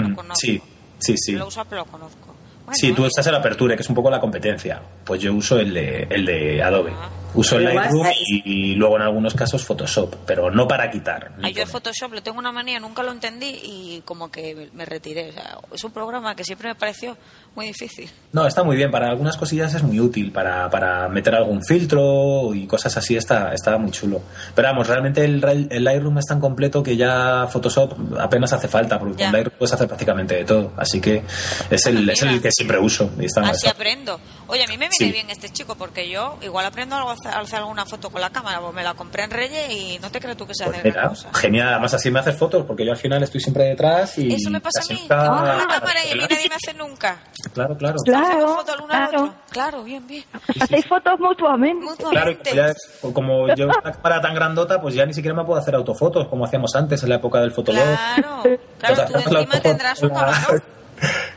S2: lo conozco.
S4: Sí, sí, sí.
S2: Lo uso, pero lo conozco. Bueno, ¿eh?
S4: sí, tú
S2: oye,
S4: estás en la apertura, que es un poco la competencia. Pues yo uso el de, el de Adobe.
S2: Ah.
S4: Uso el
S3: Pero
S4: Lightroom
S3: vas a-
S4: y, y luego en algunos casos Photoshop, pero no para quitar. ni
S2: ay, yo el
S4: poner.
S2: Photoshop lo tengo una manía, nunca lo entendí y como que me retiré. O sea, es un programa que siempre me pareció muy difícil.
S4: No, está muy bien. Para algunas cosillas es muy útil. Para, para meter algún filtro y cosas así está, está muy chulo. Pero vamos, realmente el, Rai- el Lightroom es tan completo que ya Photoshop apenas hace falta, porque
S2: Ya.
S4: con Lightroom puedes hacer prácticamente de todo. Así que es el,
S2: Bueno,
S4: es el
S2: mira.
S4: que siempre uso. Y está
S2: Así
S4: está-
S2: aprendo. Oye, a mí me viene
S4: Sí.
S2: bien este chico porque yo igual aprendo algo a hacer, a hacer alguna foto con la cámara. pues me la compré en Reyes y no te crees tú que sea
S4: Pues
S2: de gran
S4: mira,
S2: cosa.
S4: genial. Además así me haces fotos, porque yo al final estoy siempre detrás y...
S2: Eso me pasa a
S4: casi
S2: mí. que
S4: nunca-
S2: pongo la cámara y a mí nadie me hace nunca.
S4: Claro, claro.
S2: Hacemos
S1: Claro,
S2: foto el uno al
S1: claro.
S2: otro. Claro, bien, bien.
S1: Hacéis fotos mutuamente.
S4: Claro, y
S2: Mutuamente.
S4: como, ya- o como yo una cámara tan grandota, pues ya ni siquiera me puedo hacer autofotos como hacíamos antes en la época del fotolog.
S2: Claro, claro,
S4: Pues
S2: tú
S4: hacemos la
S2: encima
S4: foto-
S2: tendrás un
S4: la-
S2: cabrón.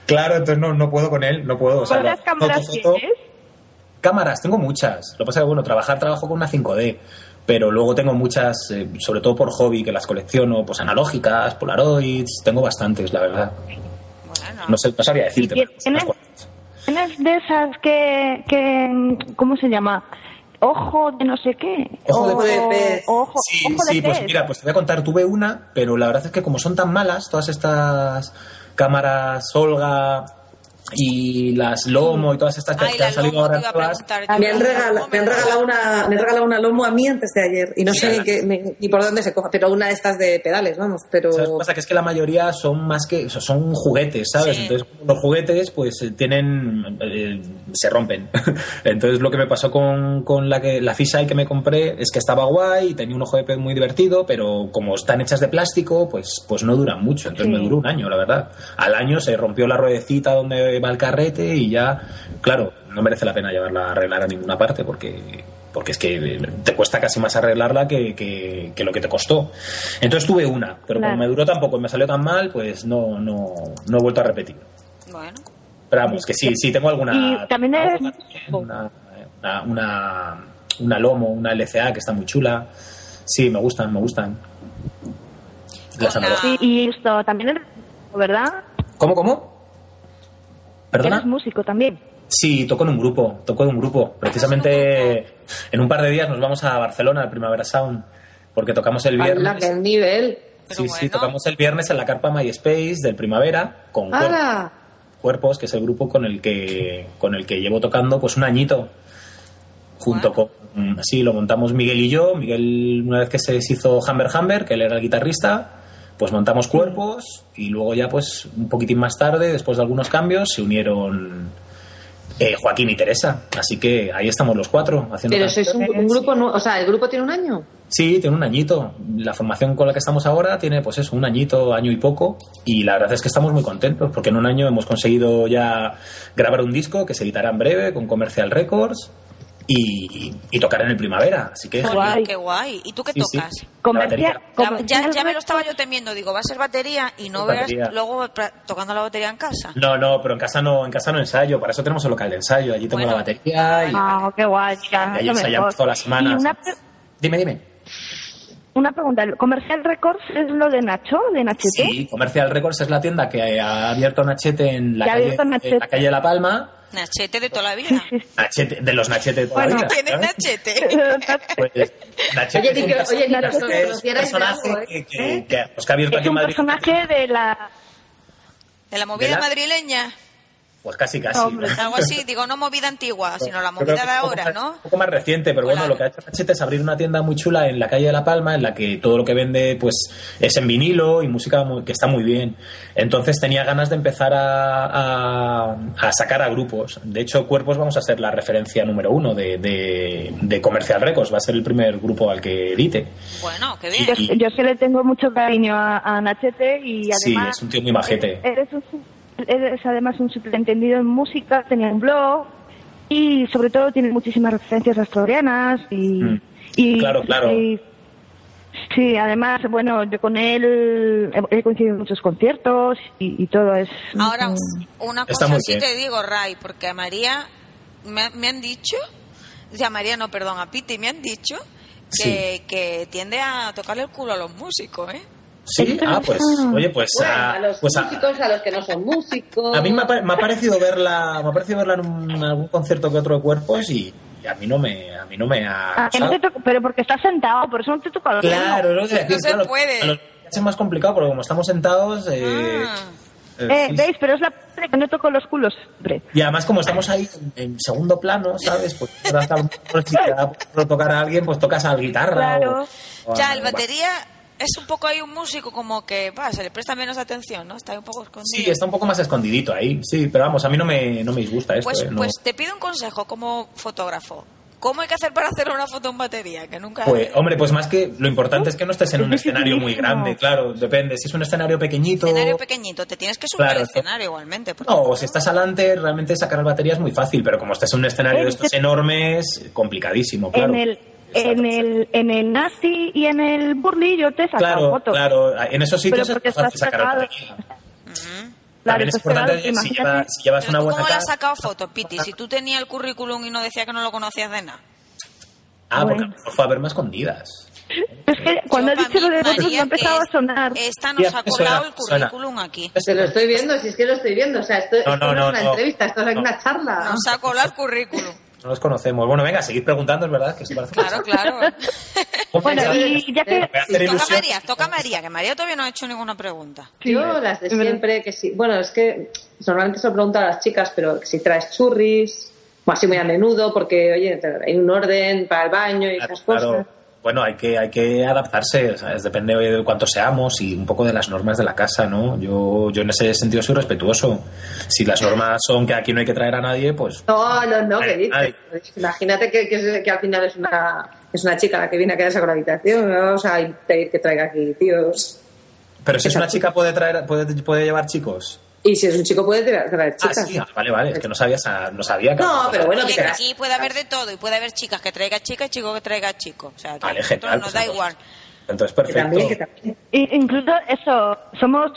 S4: Claro, entonces no, no puedo con él, no puedo. O sea,
S1: ¿Cuántas
S4: la
S1: cámaras
S4: Pues, foto-
S1: tienes?
S4: Cámaras, tengo muchas. Lo que pasa es que, bueno, trabajar trabajo con una 5D, pero luego tengo muchas, eh, sobre todo por hobby, que las colecciono, pues analógicas, Polaroids, tengo bastantes, la verdad.
S2: Bueno,
S4: No, sé, no sabría decirte.
S1: ¿Y
S4: pero unas
S1: tienes?
S4: cuantas.
S1: ¿Tienes de esas que, que. ¿Cómo se llama? Ojo de no sé qué.
S4: Ojo de
S1: O-
S3: pez.
S1: Ojo,
S4: Sí,
S1: ojo de
S4: sí, pues
S1: pez.
S4: mira, pues te voy a contar, tuve una, pero la verdad es que como son tan malas todas estas cámaras Olga y las Lomo y todas estas que,
S2: ay,
S4: que
S2: la
S4: han salido
S2: lomo, te
S4: ahora
S2: iba a
S4: todas,
S2: preguntar.
S3: Me han, regalado, me, han regalado una, me han regalado una lomo a mí antes de ayer y no sé ni, qué- ni- ni por dónde se coja, pero una de estas de pedales, vamos, pero...
S4: ¿Sabes qué pasa? Que es que la mayoría son más que. o sea, son juguetes, ¿sabes?
S2: Sí.
S4: Entonces, los juguetes, pues eh, tienen. eh, se rompen. Entonces, lo que me pasó con, con la que la fisa que me compré es que estaba guay y tenía un ojo de pez muy divertido, pero como están hechas de plástico, pues, pues no duran mucho. Entonces,
S1: Sí.
S4: me duró un año, la verdad. Al año se rompió la ruedecita donde va el carrete y ya. Claro, no merece la pena llevarla a arreglar a ninguna parte porque. Porque es que eh, te cuesta casi más arreglarla que, que- que lo que te costó. Entonces tuve una, pero
S1: Claro.
S4: como me duró tampoco y me salió tan mal, pues no, no, no he vuelto a repetir.
S2: Bueno,
S4: Pero vamos, que sí, sí, tengo alguna.
S1: Y también
S4: tengo
S1: eres-
S4: alguna- Una, una, una Lomo, una LCA que está muy chula. Sí, me gustan, me gustan. Las
S2: Una-
S4: analógicas.
S1: Sí, y esto también eres músico, ¿verdad?
S4: ¿Cómo, cómo?
S1: Eres
S4: ¿Perdona?
S1: músico también.
S4: Sí, toco en un grupo, toco en un grupo. Precisamente en un par de días nos vamos a Barcelona, al Primavera Sound, porque tocamos
S5: Ah,
S4: el
S3: ¡Hala,
S4: viernes.
S3: qué nivel!
S2: pero
S4: Sí,
S2: bueno.
S4: sí, tocamos el viernes en la carpa MySpace del Primavera con
S2: Ah,
S4: Cuerpos,
S3: ¡Hala!
S4: Cuerpos, que es el grupo con el que con el que llevo tocando pues un añito. Junto
S2: Guau.
S4: con mm, sí, lo montamos Miguel y yo. Miguel una vez que se hizo Hammer Hammer, que él era el guitarrista, pues montamos Cuerpos y luego ya pues un poquitín más tarde, después de algunos cambios, se unieron eh, Joaquín y Teresa. Así que ahí estamos los cuatro haciendo
S3: Pero
S4: canciones.
S3: sois un, un grupo... nue- O sea, ¿el grupo tiene un año?
S4: Sí, tiene un añito. La formación con la que estamos ahora tiene, pues eso, un añito, año y poco. Y la verdad es que estamos muy contentos, porque en un año hemos conseguido ya grabar un disco que se editará en breve con Comercial Records. y, y tocar en el primavera. Así que
S1: Qué
S2: Jolín,
S1: guay.
S2: qué guay. ¿Y tú qué
S4: Sí, sí.
S2: tocas?
S1: Comercial,
S4: batería.
S2: La- ya,
S1: comercial-
S2: ya me lo estaba yo temiendo, digo, va a ser batería y no
S4: Con
S2: verás
S4: batería.
S2: luego pra- tocando la batería en casa.
S4: No, no, pero en casa no, en casa no ensayo, para eso tenemos el local de ensayo, allí tengo
S2: Bueno.
S4: la batería y,
S1: Ah, qué guay,
S4: y
S1: ya,
S4: allí
S1: lo mejor.
S4: ensayamos todas las
S1: Y
S4: semanas.
S1: una, pre-
S4: Dime, dime.
S1: una pregunta, ¿el comercial Records es lo de Nacho, de Nachete?
S4: Sí, Comercial Records es la tienda que ha abierto Nachete en la,
S1: Que ha
S4: calle,
S1: abierto Nachete.
S4: en la calle de La Palma,
S2: Nachete de toda la vida.
S4: Nachete- de los Nachete de toda
S1: Bueno,
S4: la vida,
S2: ¿Tienes
S4: claro.
S2: Nachete?
S4: Pues, Nachete
S5: Oye,
S4: es un
S5: ni que- oye, ni que os
S4: personaje- Nachete es un
S5: conocierais de
S4: personaje
S5: algo, ¿eh?
S4: que, que- que, pues, que ha abierto
S1: Es
S4: aquí en
S1: un
S4: Madrid.
S1: personaje de la...
S2: ¿De la movida
S4: ¿De la-
S2: madrileña?
S4: Pues casi, casi.
S1: Hombre,
S2: Algo así, digo, no movida antigua, sino la
S4: Pues Yo
S2: movida
S4: creo que
S2: de
S4: es un poco
S2: ahora,
S4: más-
S2: ¿no?
S4: Un poco más reciente, pero bueno,
S2: Claro.
S4: lo que ha hecho Nachete es abrir una tienda muy chula en la calle de La Palma, en la que todo lo que vende pues es en vinilo y música muy- que está muy bien. Entonces tenía ganas de empezar a, a- a sacar a grupos. De hecho, Cuerpos vamos a ser la referencia número uno de, de- de Comercial Records, va a ser el primer grupo al que edite.
S2: Bueno, qué
S1: Yo,
S2: bien.
S4: Y-
S1: yo es que le tengo mucho cariño a, a Nachete y
S4: Sí,
S1: además... eh,
S4: es un tío muy majete.
S1: Eres, un su- eres además un superintendido en música, tenía un blog y sobre todo tiene muchísimas referencias asturianas y,
S4: Mm.
S1: y-
S4: Claro, claro.
S1: y- sí, además, bueno, yo con él he- he coincidido en muchos conciertos y, y todo es...
S2: Ahora,
S1: mm,
S2: una
S4: Está
S2: cosa
S4: muy
S2: sí
S4: bien.
S2: te digo, Ray, porque a María me, me han dicho, o sea, a María no, perdón, a Piti me han dicho que, que tiende a tocarle el culo a los músicos, ¿eh?
S4: Sí, ah, pues, oye, pues,
S5: Bueno,
S4: ah,
S5: a los
S4: pues ah,
S5: músicos, a los que no son músicos.
S4: A mí me ha, pa- me ha parecido verla, me ha parecido verla en, un- en algún concierto que otro de cuerpos y, y a mí no me, a mí no me ha.
S1: ah, que no te toca- pero porque estás sentado, por eso no te toca los
S4: claro, no,
S2: No se puede.
S4: A los, es más complicado porque como estamos sentados. Eh,
S2: Ah.
S4: eh,
S1: Eh,
S4: sí,
S1: ¿Veis? Pero es la parte que no toco los culos siempre.
S4: y además como estamos ahí en, en segundo plano, ¿sabes? Pues para hacer un- por si te da por tocar a alguien, pues tocas a la guitarra.
S1: Claro.
S4: o- o a-
S2: ya, el batería es un poco ahí un músico como que, va, se le presta menos atención, ¿no? Está ahí un poco escondido.
S4: Sí, está un poco más escondidito ahí, sí, pero vamos, a mí no me, no me disgusta esto.
S2: pues,
S4: eh, no.
S2: pues te pido un consejo como fotógrafo. ¿Cómo hay que hacer para hacer una foto en batería? Que nunca...
S4: Pues, hombre, pues más que lo importante es que no estés en un
S1: Es
S4: escenario muy
S1: dificilísimo.
S4: grande, claro, depende. Si es un escenario pequeñito.
S2: escenario pequeñito, te tienes que subir
S4: Claro,
S2: al
S4: esto-
S2: escenario igualmente. porque-
S4: No, o si estás adelante, realmente sacar la batería es muy fácil, pero como estás en un escenario de estos enormes, complicadísimo, claro.
S1: En el
S4: Está
S1: en el en el nazi y en el burly yo te he sacado
S4: Claro,
S1: fotos.
S4: claro, en esos
S1: Pero
S4: sitios es
S1: porque
S4: más fácil
S1: estás
S4: sacar la
S1: pegado.
S4: batería.
S2: Ujú.
S1: Claro,
S4: También es
S1: estás pegado,
S4: importante si,
S1: imagínate.
S4: lleva- si llevas
S2: Pero
S4: una
S2: tú
S4: buena
S2: ¿Cómo le has
S4: cara-
S2: sacado fotos, Piti? Si tú tenías el currículum y no decía que no lo conocías de nada.
S4: Ah, porque a lo
S1: Bueno.
S4: mejor fue a ver más escondidas.
S1: Es que cuando he
S2: Yo, pa'
S1: dicho lo
S2: mí,
S1: de burly me
S2: María,
S1: ha empezado
S2: que
S1: a sonar.
S2: Esta nos
S4: Sí, a mí
S2: ha
S4: me suena,
S2: colado el
S4: suena.
S2: currículum aquí.
S5: Te lo estoy viendo, si es que lo estoy viendo. O sea, esto,
S4: No,
S5: esto
S4: no,
S5: no,
S4: no,
S5: es una
S4: no.
S5: entrevista, esto es
S4: No.
S5: una charla.
S2: Nos ha colado el currículum.
S4: No los conocemos. Bueno, venga, seguid preguntando, es verdad, que se parece.
S2: Claro, claro.
S1: Bueno,
S5: Yo-
S1: y ya
S5: eh,
S1: que
S4: Me hace
S2: Toca
S4: ilusión.
S2: María, toca María, que María todavía no ha hecho ninguna pregunta.
S5: Yo las de siempre, que sí. Bueno, es que normalmente se lo pregunto a las chicas, pero que si traes churris, o así muy a menudo, porque, oye, hay un orden para el baño y
S4: Claro,
S5: esas cosas.
S4: claro. Bueno, hay que, hay que adaptarse, ¿sabes? depende de cuánto seamos y un poco de las normas de la casa, ¿no? Yo, yo en ese sentido soy respetuoso. Si las normas son que aquí no hay que traer a nadie, pues
S5: No, no, no, ¿qué
S4: Ay, ay.
S5: dices? Imagínate que, que, es- que al final es una, es una chica la que viene a quedarse con la habitación. No vamos a impedir que traiga aquí tíos.
S4: Pero si es una
S5: Exacto.
S4: chica puede traer, puede, puede llevar chicos.
S5: Y si es un chico, puede traer, traer chicas.
S4: Ah, sí, ah, vale, vale, es que no sabía, esa- no sabía. que-
S5: No, pero bueno,
S2: Oye,
S5: que
S2: que
S5: será.
S2: aquí puede haber de todo y puede haber chicas que traiga chicas y chicos que traiga chicos. O sea, que a
S4: Vale,
S2: nosotros
S4: genial.
S2: nos
S4: pues
S2: da
S4: entonces-
S2: igual.
S4: Entonces,
S5: Que
S4: perfecto.
S5: también, que también.
S1: i- incluso eso somos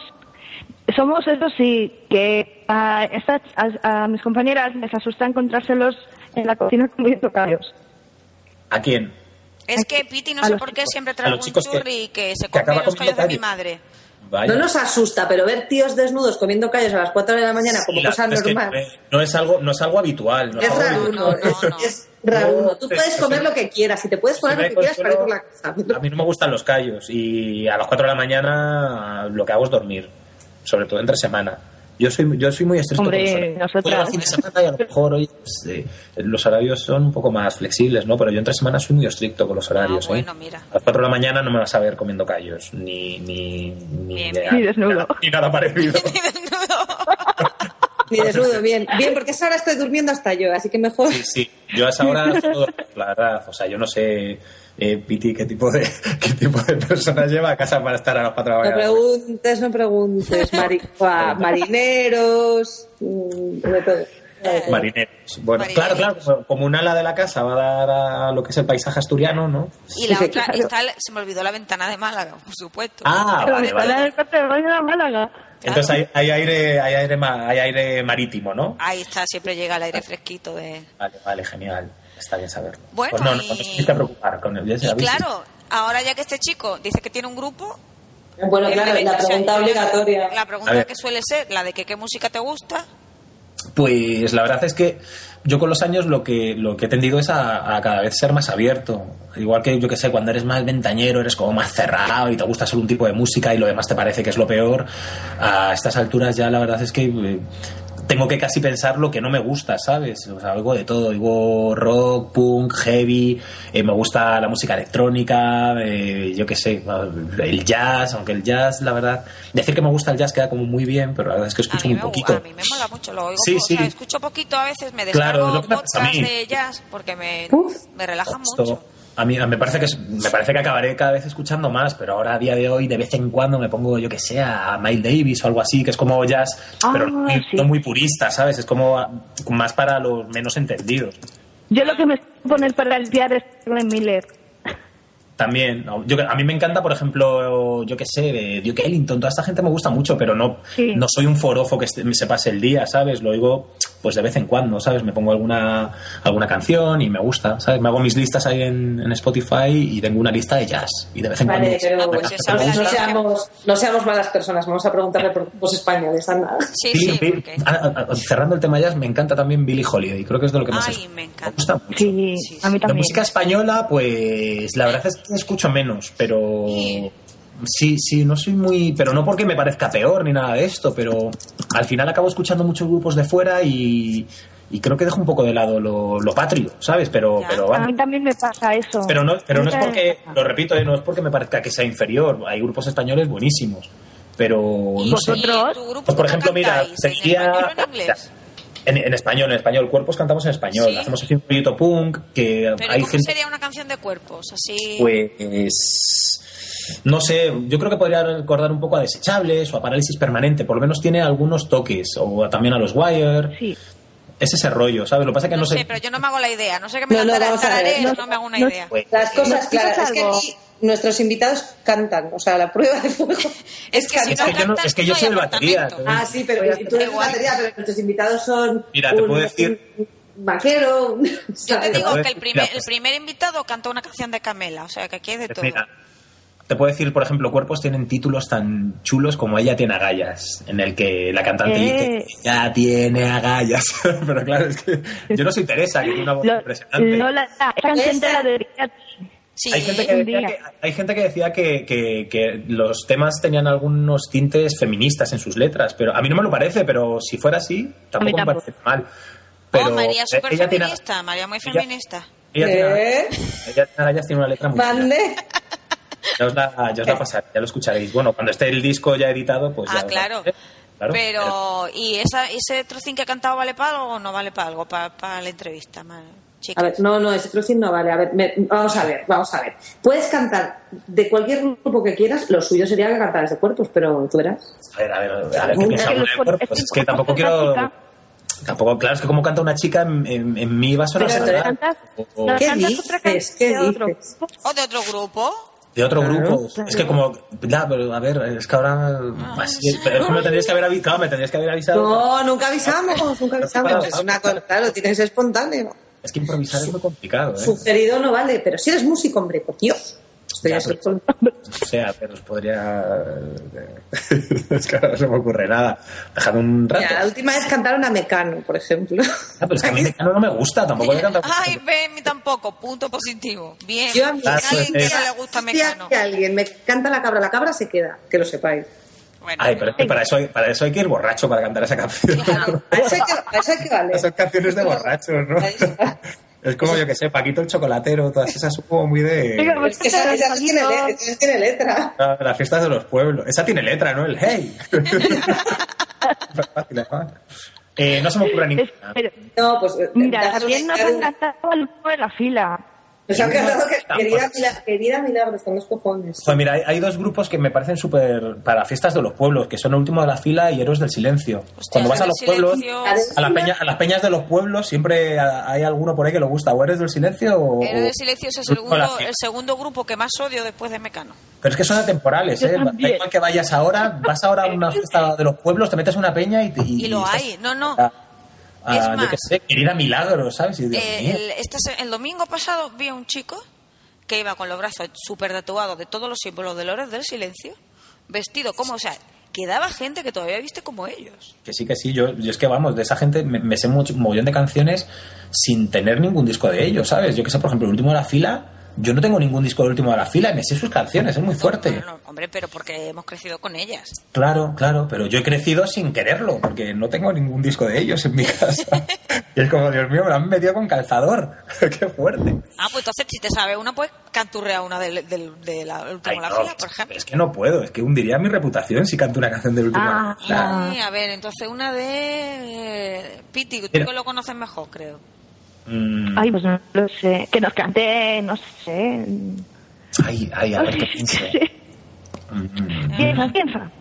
S1: somos eso sí que a estas a, a mis compañeras les asusta encontrárselos en la cocina comiendo callos.
S4: ¿A quién?
S2: Es que Piti, no
S1: A
S2: sé
S1: los
S2: por qué, siempre
S4: A
S2: trae
S4: los
S2: un
S4: chicos que-
S2: churri que se
S4: que
S2: come
S4: acaba
S2: los
S4: comiendo
S2: callos de mi
S4: callos.
S2: madre.
S4: Vaya.
S5: No nos asusta, pero ver tíos desnudos comiendo callos a las 4 de la mañana como
S4: Sí, la-
S5: cosa
S4: es que
S5: normal.
S4: no es- no es algo, no es algo habitual. No es
S5: Es
S4: algo
S5: raro,
S4: habitual.
S5: ¿no?
S2: No, no, no.
S5: Es raro.
S4: No,
S5: Tú
S4: es-
S5: puedes
S4: es-
S5: comer lo que quieras y te puedes poner
S4: Si me
S5: lo que quieras para ir por
S4: consuelo,
S5: la casa.
S4: A mí no me gustan los callos y a las 4 de la mañana lo que hago es dormir, sobre todo entre semana. Yo soy, yo soy muy estricto.
S1: Hombre,
S4: con los horarios.
S1: nosotras.
S4: Puedo ir al fin de semana y a lo mejor hoy pues, eh, los horarios son un poco más flexibles, ¿no? Pero yo entre semana soy muy estricto con los horarios.
S2: Ah, bueno,
S4: ¿eh?
S2: mira.
S4: A las 4 de la mañana no me vas a ver comiendo callos, ni, ni, ni,
S2: Bien,
S4: de-
S2: bien.
S1: Ni desnudo.
S4: ni nada parecido.
S2: Y desnudo.
S3: Ni desnudo, bien. Bien, porque a esa hora estoy durmiendo hasta yo, así que mejor.
S4: Sí, sí. Yo a esa hora, todo, la verdad, o sea, yo no sé, eh, Piti, qué tipo de qué tipo de personas lleva a casa para estar a las 4 de la
S3: No
S4: mañana.
S3: preguntes, no preguntes. Mari- a marineros, mm, de todo.
S2: Eh,
S4: Marineros. Bueno,
S2: Marineros.
S4: claro, claro, como un ala de la casa va a dar a lo que es el paisaje asturiano, ¿no?
S2: Y la
S5: Sí,
S2: otra,
S5: claro.
S2: está el- se me olvidó la ventana de Málaga, por supuesto.
S4: Ah,
S1: Pero
S4: vale,
S1: la
S4: vale.
S1: del corte de baño de Málaga.
S4: Entonces hay, hay aire, hay aire, ma- hay aire marítimo, ¿no?
S2: Ahí está, siempre llega el aire fresquito de...
S4: Vale, vale, genial. Está bien saberlo.
S2: Bueno,
S4: pues no, no,
S2: y-
S4: no os tenéis que preocupar con el
S5: Pues
S2: Y claro, ahora ya que este chico dice que tiene un grupo...
S5: Bueno,
S2: él
S5: claro,
S2: debe-
S5: la
S2: o sea,
S5: pregunta obligatoria.
S2: La
S4: A
S2: pregunta
S4: ver.
S2: que suele ser, la de que qué música te gusta,
S4: Pues la verdad es que yo con los años lo que, lo que he tendido es a, a cada vez ser más abierto. Igual que yo que sé, cuando eres más ventañero, eres como más cerrado y te gusta solo un tipo de música y lo demás te parece que es lo peor. A estas alturas ya la verdad es que eh, tengo que casi pensar lo que no me gusta, ¿sabes? O sea, oigo de todo, oigo rock, punk, heavy, eh, me gusta la música electrónica, eh, yo qué sé, el jazz, aunque el jazz, la verdad, decir que me gusta el jazz queda como muy bien, pero la verdad es que escucho
S2: a mí,
S4: muy
S2: me,
S4: poquito.
S2: a mí me mola mucho, lo oigo,
S4: Sí,
S2: o sea,
S4: sí.
S2: escucho poquito, a veces me
S4: Claro,
S2: descargo
S4: es lo que me pasa a
S2: podcasts
S4: mí.
S2: de jazz porque me,
S3: Uf.
S2: me relaja
S4: Esto,
S2: mucho.
S4: A mí me parece, que, es- me parece que acabaré cada vez escuchando más, pero ahora a día de hoy de vez en cuando me pongo, yo que sé, a Miles Davis o algo así, que es como jazz,
S2: Ah,
S4: pero no, muy- no muy purista, ¿sabes? Es como ah, más para los menos entendidos.
S1: Yo lo que me estoy poner para limpiar es Glenn Miller.
S4: También, ¿no? yo, a mí me encanta, por ejemplo, yo que sé, de Duke Ellington, toda esta gente me gusta mucho, pero no,
S1: Sí.
S4: no soy un forofo que este- se pase el día, ¿sabes? Lo oigo pues de vez en cuando, ¿sabes? Me pongo alguna, alguna canción y me gusta, ¿sabes? Me hago mis listas ahí en, en Spotify y tengo una lista de jazz y de vez en
S5: Vale, pero
S2: Ah,
S4: cuando...
S2: pues
S5: vamos,
S2: esa es la
S5: no,
S2: lista.
S5: seamos, no seamos malas personas, vamos a preguntarle por grupos españoles, anda.
S2: Sí,
S4: Sí,
S2: sí,
S4: sí.
S2: porque...
S4: Ah, ah, ah, cerrando el tema jazz, me encanta también Billie Holiday, creo que es de lo que más
S2: Ay,
S4: escucho.
S2: me encanta.
S4: gusta mucho.
S1: Sí,
S2: Sí, sí.
S1: a mí
S4: La
S1: también.
S4: música española, pues la verdad es que escucho menos, pero
S2: Sí.
S4: sí, sí, no soy muy, pero no porque me parezca peor ni nada de esto, pero al final acabo escuchando muchos grupos de fuera y, y creo que dejo un poco de lado lo, lo patrio, ¿sabes? Pero,
S2: Ya.
S4: pero
S1: A
S4: vamos.
S1: mí también me pasa eso.
S4: Pero no, pero no es
S1: Nunca-
S4: porque, lo repito, eh, no es porque me parezca que sea inferior, hay grupos españoles buenísimos, pero
S2: ¿Y
S4: no sé.
S1: ¿Vosotros?
S2: tu grupo
S4: Pues, por
S2: que
S4: ejemplo, mira,
S2: cantáis, ¿en español
S4: sería...
S2: o en inglés?
S4: En, en español, en español, cuerpos cantamos en español,
S2: Sí.
S4: hacemos así un proyecto punk, que
S2: Pero
S4: hay
S2: ¿cómo
S4: gente...
S2: sería una canción de cuerpos? Así...
S4: Pues no sé, yo creo que podría recordar un poco a Desechables o a Parálisis Permanente, por lo menos tiene algunos toques, o a- también a los Wire,
S1: Sí.
S4: es ese rollo, ¿sabes? Lo que pasa es que
S2: no,
S4: no,
S2: sé, pero yo no me hago la idea. No sé qué me
S5: No,
S2: no,
S5: no, vamos a ver,
S2: no,
S5: no-
S2: me hago una
S1: no-
S2: idea.
S4: Pues,
S5: Las cosas
S1: ¿Nos explicas
S5: claras, es que
S1: algo?
S5: aquí nuestros invitados cantan, o sea, la prueba de fuego.
S2: Es que si
S4: es
S2: no
S4: que yo no-
S2: cantas,
S4: es que yo
S2: no hay
S4: soy de batería,
S2: apartamento.
S4: entonces-
S5: Ah, sí, pero tú
S2: Qué
S5: eres
S2: guay.
S5: batería, pero nuestros invitados son.
S4: Mira, te
S5: un-
S4: puedo decir-
S5: un Vaquero. un-
S2: Ah, Yo te
S5: ¿sabes?
S2: digo
S4: puedes-
S2: que el primer,
S4: mira, pues-
S2: el primer invitado cantó una canción de Camela, o sea que aquí hay de todo.
S4: Mira, te puedo decir, por ejemplo, cuerpos tienen títulos tan chulos como Ella tiene agallas, en el que la cantante
S1: Eh.
S4: dice, ya tiene agallas. pero claro, es que yo no soy Teresa, que tiene una voz
S1: Lo-
S4: impresionante.
S1: Lola, esa canción te la dediqué a ti.
S2: Sí,
S4: Hay gente que
S1: un
S4: decía,
S1: día.
S4: que, hay gente que, decía que, que- que los temas tenían algunos tintes feministas en sus letras, pero a mí no me lo parece, pero si fuera así, tampoco me
S1: tampoco.
S4: parece mal. Pero eh,
S2: oh, María
S4: ella
S2: súper
S4: tiene-
S2: feminista, María muy feminista.
S4: Ella, tiene,
S5: ¿Eh?
S4: ella tiene agallas, tiene una letra muy chula.
S5: Mande.
S4: Ya os la, ya os la pasaré, ya lo escucharéis. Bueno, cuando esté el disco ya editado, pues ya
S2: ah,
S4: os la
S2: claro.
S4: pasaré. Claro.
S2: Pero, ¿y esa, ese trocín que ha cantado vale para algo o no vale para algo? Para, la entrevista, ma-
S5: A
S2: chica.
S5: ver, no, no, ese cruising no vale. A ver, me- vamos a ver, vamos a ver. Puedes cantar de cualquier grupo que quieras, lo suyo sería que cantaras de cuerpos, pero tú verás.
S4: A ver, a ver, a ver, ¿qué
S5: Es
S4: piensa
S1: que
S4: una
S1: los
S4: de
S1: cuerpos-
S4: cuerpos?
S1: es que
S4: Es que tampoco
S1: los
S4: quiero...
S1: cuerpos de la
S4: Tampoco, claro, es que como canta una chica, en, en- en mí va a sonar...
S5: Pero
S1: Nos
S4: fatal.
S1: cantas,
S4: O-
S1: nos
S5: ¿Qué
S1: cantas otra
S5: dices?
S1: canción
S5: ¿Qué
S1: de otro
S5: dices?
S1: grupo.
S2: ¿O de otro grupo?
S4: De otro
S5: Claro,
S4: grupo. Es que como... ya, pero a ver, es que ahora... así, pero es que me tendrías que haber avisado, me tendrías que haber avisado.
S5: No, nunca avisamos, nunca avisamos. Es una cosa, claro, tienes espontáneo.
S4: Es que improvisar es muy complicado, ¿eh?
S5: Sugerido no vale, pero si eres músico, hombre, por Dios. Estoy
S4: Ya,
S5: así
S4: pero-
S5: con-
S4: O sea, pero os podría... eh, es que ahora no se me ocurre nada. Dejad un rato.
S5: Mira, la última vez cantaron a Mecano, por ejemplo.
S4: Ah, pero es que a mí Mecano no me gusta, tampoco le canta.
S2: Ay, ve, a mí tampoco. Punto positivo. Bien.
S5: Yo a mí-
S4: Ah,
S2: Alguien que
S4: pues,
S2: no
S4: eh.
S2: le gusta
S5: Si
S2: Mecano.
S5: hay alguien me canta la cabra, la cabra se queda, que lo sepáis.
S2: Bueno,
S4: Ay, pero es que para eso, hay, para eso hay que ir borracho para cantar esa canción.
S2: Claro.
S5: A eso hay que, a eso hay que valer.
S4: Son canciones de borrachos, ¿no? Es como, yo que sé, Paquito el Chocolatero, todas esas son como muy
S1: Venga,
S4: de...
S1: pues,
S5: Es que esa, esa no tiene, le- esa no tiene letra.
S4: Ah, Las fiestas de los pueblos. Esa tiene letra, ¿no? El hey. Fácil, ¿eh? Eh, no se me ocurre
S1: Es-
S4: ninguna.
S1: pero,
S5: No, pues. eh,
S1: mira,
S5: das
S1: también
S5: una
S1: nos
S5: idea de-
S1: han cantado al grupo de la fila.
S3: Nos ha encantado que
S4: Tampoco.
S3: querida, Mila- querida Milagros, con los cojones.
S4: Joder, Pues mira, hay, hay dos grupos que me parecen súper para fiestas de los pueblos, que son el último de la fila y héroes del silencio. Cuando vas a los pueblos, a, las peña- a las peñas de los pueblos, siempre a- hay alguno por ahí que lo gusta. O héroes del silencio o...
S2: Héroes del Silencio es el
S4: Grupo de la
S2: segundo,
S4: Fila.
S2: el segundo grupo que más odio después de Mecano.
S4: Pero es que son atemporales,
S1: Yo
S4: ¿eh? Da
S1: también.
S4: igual que vayas ahora, vas ahora a una fiesta de los pueblos, te metes a una peña y... te-
S2: Y lo
S4: estás-
S2: hay, no, no.
S4: a- a-
S2: Ah. Es
S4: Ah, yo
S2: más.
S4: qué sé, querida Milagros, ¿sabes? Y Dios
S2: Eh,
S4: mío.
S2: el, esta se- el domingo pasado vi a un chico que iba con los brazos súper tatuados de todos los símbolos del orden del silencio, vestido como, o sea, quedaba gente que todavía viste como ellos.
S4: Que sí, que sí, yo, yo es que vamos, de esa gente me, me sé mucho, un mogollón de canciones sin tener ningún disco de ellos, ¿sabes? Yo que sé, por ejemplo, el último de la fila, yo no tengo ningún disco del último de la fila y me sé sus canciones, es muy fuerte.
S2: Bueno, no, hombre, pero porque hemos crecido con ellas.
S4: Claro, claro, pero yo he crecido sin quererlo, porque no tengo ningún disco de ellos en mi casa. y es como, Dios mío, me lo han metido con calzador, qué fuerte.
S2: Ah, pues entonces si te sabe una, pues canturrea una del, del- de la última
S4: Ay,
S2: la
S4: no, pues,
S2: fila, por ejemplo.
S4: Es que no puedo, es que hundiría mi reputación si canto una canción del último de la
S1: Ah,
S4: fila.
S2: Ay, a ver, entonces una de eh, Piti, tú
S4: Mira.
S2: que lo conoces mejor, creo.
S4: Mm,
S1: Ay, pues no lo sé. Que nos cante, no sé.
S4: ay, ay, a ver qué pienso. Mm,
S1: Piensa, piensa.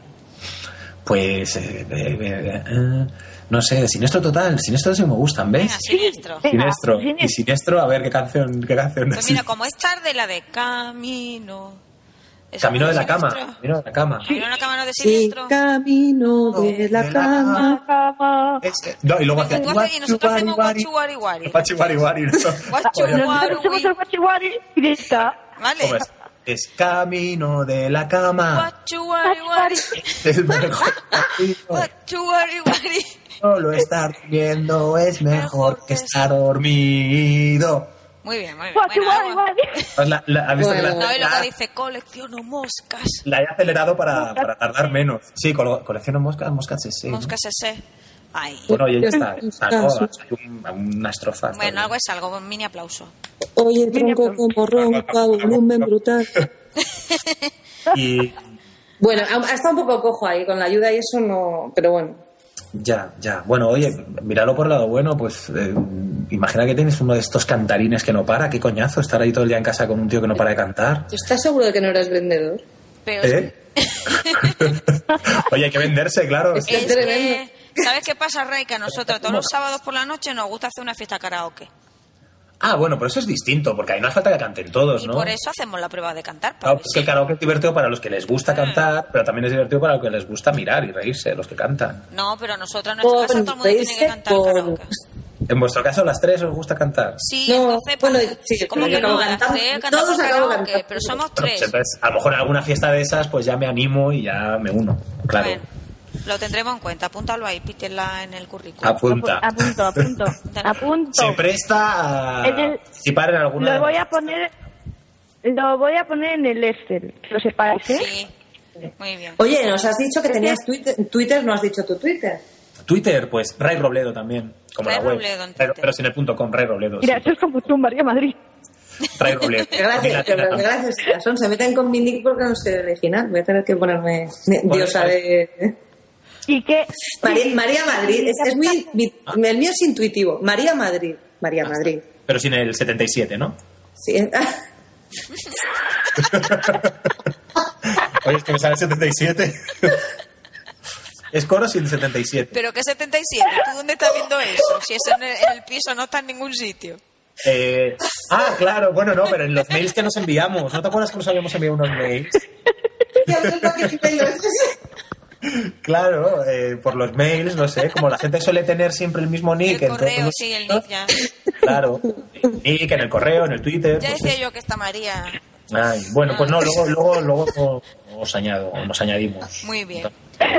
S4: Pues, eh, eh, eh, eh, no sé, siniestro total, siniestro sí me gustan,
S2: Venga,
S4: ¿ves?
S2: siniestro.
S1: Sí. venga,
S4: siniestro. Y
S1: Siniestro.
S4: siniestro, a ver qué canción, qué canción
S2: Pues
S4: es.
S2: mira, como es tarde la de Camino. ¿Esa
S4: Camino
S2: no
S4: de
S2: es
S4: la cama,
S2: siniestro?
S4: camino de la cama.
S2: Camino de la cama no es de
S3: Sí,
S2: siniestro.
S3: camino de la cama.
S1: Ah,
S4: Este- no, y luego
S2: Venga,
S4: hacía
S2: entonces, y nosotros hacemos
S4: guachi,
S2: guachi, guari, guari.
S4: Guachi, guari, guari, ¿no?
S2: Guachi,
S4: Joder,
S1: Ah,
S2: guari.
S1: Nosotros somos el guachiguari y ya está.
S2: ¿Vale?
S4: ¿cómo es? Ah. Es camino de la cama.
S2: Guachu, guari, guari.
S4: El mejor camino.
S2: Guachu, guari, guari.
S4: Solo estar durmiendo es mejor que estar dormido.
S2: Muy bien, muy bien. Bueno, vamos.
S1: Guachiguari,
S4: Pues la- la- ¿Has visto que la-
S3: Bueno.
S2: No, y
S4: la-
S2: luego dice, colecciono moscas.
S4: La he acelerado para, para tardar menos. Sí, colo- colecciono moscas, moscas sí, sí.
S2: Moscas ese. Ay.
S4: Bueno, y ya está.
S3: Ah, sí.
S4: Sacó, sacó un- una estrofa. está
S2: Bueno,
S4: bien.
S2: algo es algo, un mini aplauso.
S3: Oye, el tronco como ronca, volumen brutal.
S4: Y
S3: Bueno, ha, ha estado un poco cojo ahí, con la ayuda y eso no. Pero bueno.
S4: ya, ya. Bueno, oye, míralo por el lado bueno, pues eh, imagina que tienes uno de estos cantarines que no para. Qué coñazo estar ahí todo el día en casa con un tío que no para de cantar.
S3: ¿Tú estás seguro de que no eres vendedor?
S2: Pero
S4: ¿Eh? oye, hay que venderse, claro.
S3: Es-
S2: es
S3: tremendo.
S2: que, ¿sabes qué pasa, Rey? Que a nosotros todos los sábados por la noche nos gusta hacer una fiesta karaoke.
S4: Ah, bueno, pero eso es distinto, porque ahí no hace falta que canten todos,
S2: Y
S4: Pues ¿no?
S2: por eso hacemos la prueba de cantar.
S4: Claro,
S2: porque
S4: es que el karaoke es divertido para los que les
S2: Mm.
S4: gusta cantar, pero también es divertido para los que les gusta mirar y reírse, los que cantan.
S2: No, pero nosotros en nuestra casa todo el mundo tiene que
S3: reírse
S2: cantar
S3: por-
S2: karaoke.
S4: En vuestro caso, las tres os gusta cantar.
S2: Sí,
S3: No,
S2: entonces,
S3: bueno,
S2: pues,
S3: sí,
S2: como
S3: pero yo
S2: que no,
S3: acabo
S2: a las
S3: cantando.
S2: tres cantamos
S3: Todos acabo
S2: karaoke,
S3: cantando.
S2: pero somos
S4: Bueno,
S2: tres.
S4: pues entonces, a lo mejor en alguna fiesta de esas, pues ya me animo y ya me uno. Claro.
S2: Bueno, lo tendremos en cuenta, apúntalo ahí, pítela en el currículum.
S4: Apunta.
S1: Apunto, apunto. Apunto.
S4: Se presta a
S1: En el-
S4: participar en alguna. de
S1: Lo voy
S4: las-
S1: a poner. Lo voy a poner en el Excel. ¿Lo separáis, eh?
S2: Sí, muy bien.
S3: Oye, nos has dicho que
S1: Pues
S3: tenías Twitter, Twitter no has dicho tu Twitter.
S4: Twitter, pues Ray Robledo también, como
S2: Ray
S4: la web.
S2: Robledo en
S4: Ray-
S2: Twitter.
S4: pero sin el punto com, Ray Robledo.
S1: Mira,
S4: sí.
S1: eso es como tú, María Madrid.
S4: Ray Robledo. Ni
S3: Gracias,
S4: latina
S3: pero
S4: tampoco.
S3: gracias, Jason. Se meten con mi nick porque no sé el original. Voy a tener que ponerme diosa de...
S1: Y que.
S3: María, María Madrid. Es, es muy, mi- el mío es intuitivo. María Madrid. María Madrid.
S4: Pero sin el 77, ¿no?
S3: Sí.
S4: Oye, es que me sale el 77. es coro sin 77.
S2: Pero que 77, ¿tú dónde estás viendo eso? Si eso en el, en el piso no está en ningún sitio.
S4: Eh, ah, claro, bueno, no, pero en los mails que nos enviamos. ¿No te acuerdas que nos habíamos enviado unos mails?
S3: Ya ves lo que te digo, es-
S4: Claro, eh, por los mails, no sé, como la gente suele tener siempre el mismo nick.
S2: el
S4: en
S2: correo,
S4: todos los
S2: sí, el
S4: sitios,
S2: nick ya.
S4: Claro, el nick en el correo, en el Twitter.
S2: Ya
S4: pues
S2: decía
S4: eso.
S2: yo que está María.
S4: Ay, bueno, pues no, luego, luego, luego os añado, nos añadimos.
S2: Muy bien.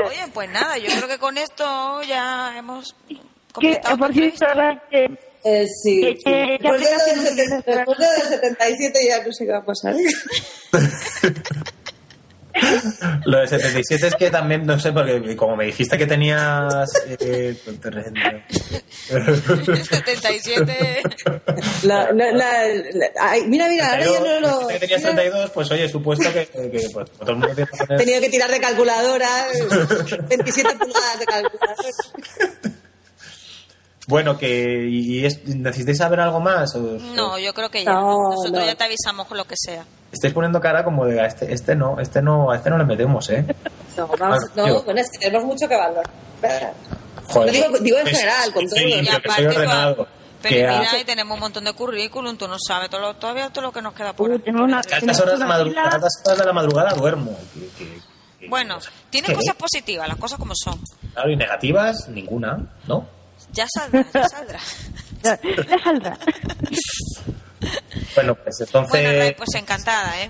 S2: Oye, pues nada, yo creo que con esto ya hemos
S1: que
S2: completado la
S1: por cierto,
S2: entrevista.
S1: ahora que.
S3: Eh, sí.
S1: Eh,
S3: sí.
S1: eh, ya
S3: Después de lo
S1: aplicación
S3: del
S1: que
S3: 70 después de lo del 77 ya no sé qué va a pasar.
S4: Lo de 77 es que también, no sé, porque como me dijiste que tenías... eh,
S2: 77.
S3: La- la- la- la- ay, mira, mira, ahora ya no lo...
S4: 32, que tenías
S3: mira,
S4: 32, pues oye, supuesto que, que, pues, todo el mundo tiene que
S3: he
S4: poner...
S3: tenido que tirar de calculadora. eh, 27 pulgadas de calculadora.
S4: Bueno, que y es- necesitáis saber algo más. ¿Os-
S2: No, yo creo que ya.
S3: No,
S2: Nosotros
S3: no.
S2: ya te avisamos con lo que sea.
S4: Estáis poniendo cara como de a este, este no, este no, a este no le metemos, ¿eh?
S3: No, vamos,
S4: Claro,
S3: no,
S4: tío.
S3: bueno, es que tenemos mucho que valorar.
S4: Joder.
S3: Lo digo- digo en general, con
S4: estoy
S3: todo.
S4: limpio,
S2: Y
S4: que soy
S2: tú-
S4: ordenado.
S2: pero
S4: Que a-
S2: mira, y tenemos un montón de currículum, tú no sabes todo lo- todavía todo lo que nos queda por
S1: Uh,
S2: hacer.
S1: tenemos una-
S4: que a estas horas de, madru- a estas horas de la madrugada duermo. Que- que- que-
S2: Bueno,
S4: o sea,
S2: tiene
S4: ¿qué?
S2: cosas positivas, las cosas como son.
S4: Claro, y negativas, ninguna, ¿no?
S2: Ya saldrá, ya saldrá.
S1: Ya saldrá.
S4: Bueno, pues entonces,
S2: Bueno, Ray,
S4: pues...
S2: pues encantada, ¿eh?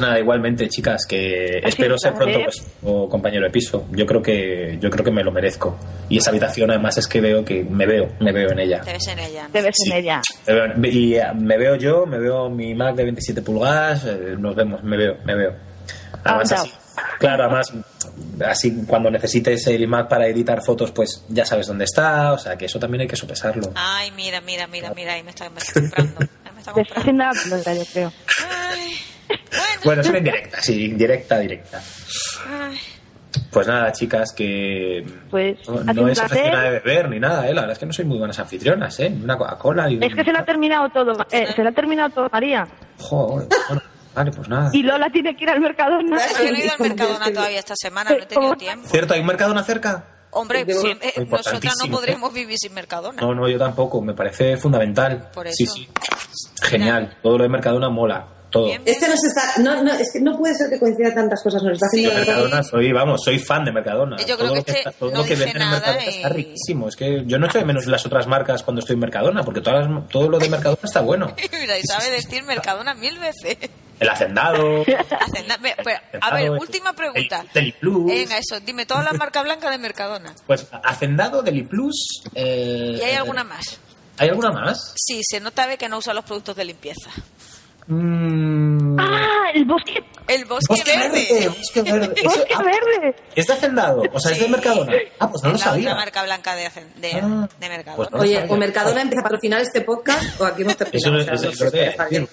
S4: nada, igualmente, chicas, que
S1: Así
S4: espero
S1: está,
S4: ser pronto
S1: ¿eh?
S4: vuestro compañero de piso. Yo creo que yo creo que me lo merezco. Y esa habitación, además, es que veo que me veo, me veo en ella.
S2: Te ves en ella.
S1: Te ves
S4: Sí.
S1: en ella.
S4: Me veo- Y eh, me veo yo, me veo mi Mac de 27 pulgadas, eh, nos vemos, me veo, me veo. Además,
S1: Anda.
S4: así, claro, además, así cuando necesites el Mac para editar fotos, pues ya sabes dónde está, o sea, que eso también hay que sopesarlo.
S2: Ay, mira, mira, mira, mira, ahí me está, me está comprando. Ahí me está
S1: Te está
S2: comprando.
S1: haciendo la pelota, yo creo.
S2: Ay, bueno,
S4: Bueno, es una indirecta, sí, indirecta, directa.
S2: ay.
S4: Pues nada, chicas, que
S1: Pues,
S4: no,
S1: ha sido
S4: no
S1: un
S4: es
S1: placer.
S4: aficionada de beber ni nada, ¿eh? La verdad es que no soy muy buenas anfitrionas, ¿eh? Ni una Coca-Cola ni un...
S1: Es que se lo ha terminado todo, eh, se lo ha terminado todo María.
S4: Joder, bueno, vale, pues nada.
S1: Y Lola tiene que ir al Mercadona.
S2: Es que no he ido al Mercadona todavía esta semana, no he tenido tiempo.
S4: ¿Cierto? ¿Hay un Mercadona cerca?
S2: Hombre,
S3: Yo-
S2: siempre- eh, nosotras no
S4: Importantísimo.
S2: podríamos vivir sin Mercadona.
S4: No, no, yo tampoco. Me parece fundamental.
S2: Por eso.
S4: Sí, sí. Genial. Todo lo de Mercadona mola. Todo.
S2: Bien.
S3: Este nos está. No, no, es que no puede ser que coincidan tantas cosas. Nos está haciendo.
S4: Yo Mercadona soy, vamos, soy fan de Mercadona.
S2: Yo creo
S4: Todo
S2: que
S4: lo
S2: este
S4: está- todo
S2: no
S4: lo que
S2: dice
S4: venden en
S2: nada
S4: Mercadona está
S2: y-
S4: riquísimo. Es que yo no echo de menos las otras marcas cuando estoy en Mercadona, porque todas las- todo lo de Mercadona está bueno.
S2: Mira, y sabe decir Mercadona mil veces.
S4: El hacendado.
S2: Hacenda- ve- ve- a ver,
S4: Hacendado,
S2: última
S4: el-
S2: pregunta.
S4: el Teliplus.
S2: Venga, eso, dime todas las marcas blancas de Mercadona.
S4: Pues Hacendado, Deliplus. Eh,
S2: ¿Y hay alguna más?
S4: ¿Hay alguna más?
S2: Sí, se nota ve que no usa los productos de limpieza.
S4: Mm,
S1: ¡Ah! ¡El bosque,
S2: El bosque,
S4: Bosque
S2: verde.
S4: verde, Bosque Verde. Eso-
S1: bosque
S4: ah,
S1: verde!
S4: ¿Es de Hacendado? O sea, ¿es de
S2: Sí.
S4: Mercadona? Ah, pues no
S2: Es
S4: lo
S2: la
S4: sabía.
S2: otra marca blanca de, Hacen- de,
S4: Ah,
S2: de Mercadona.
S4: pues no.
S3: Oye, o Mercadona empieza a patrocinar este podcast o aquí hemos
S4: Eso
S3: terminado.
S4: es,
S3: O sea,
S4: eso
S3: no
S4: es
S3: sé,
S4: lo que-
S3: está bien.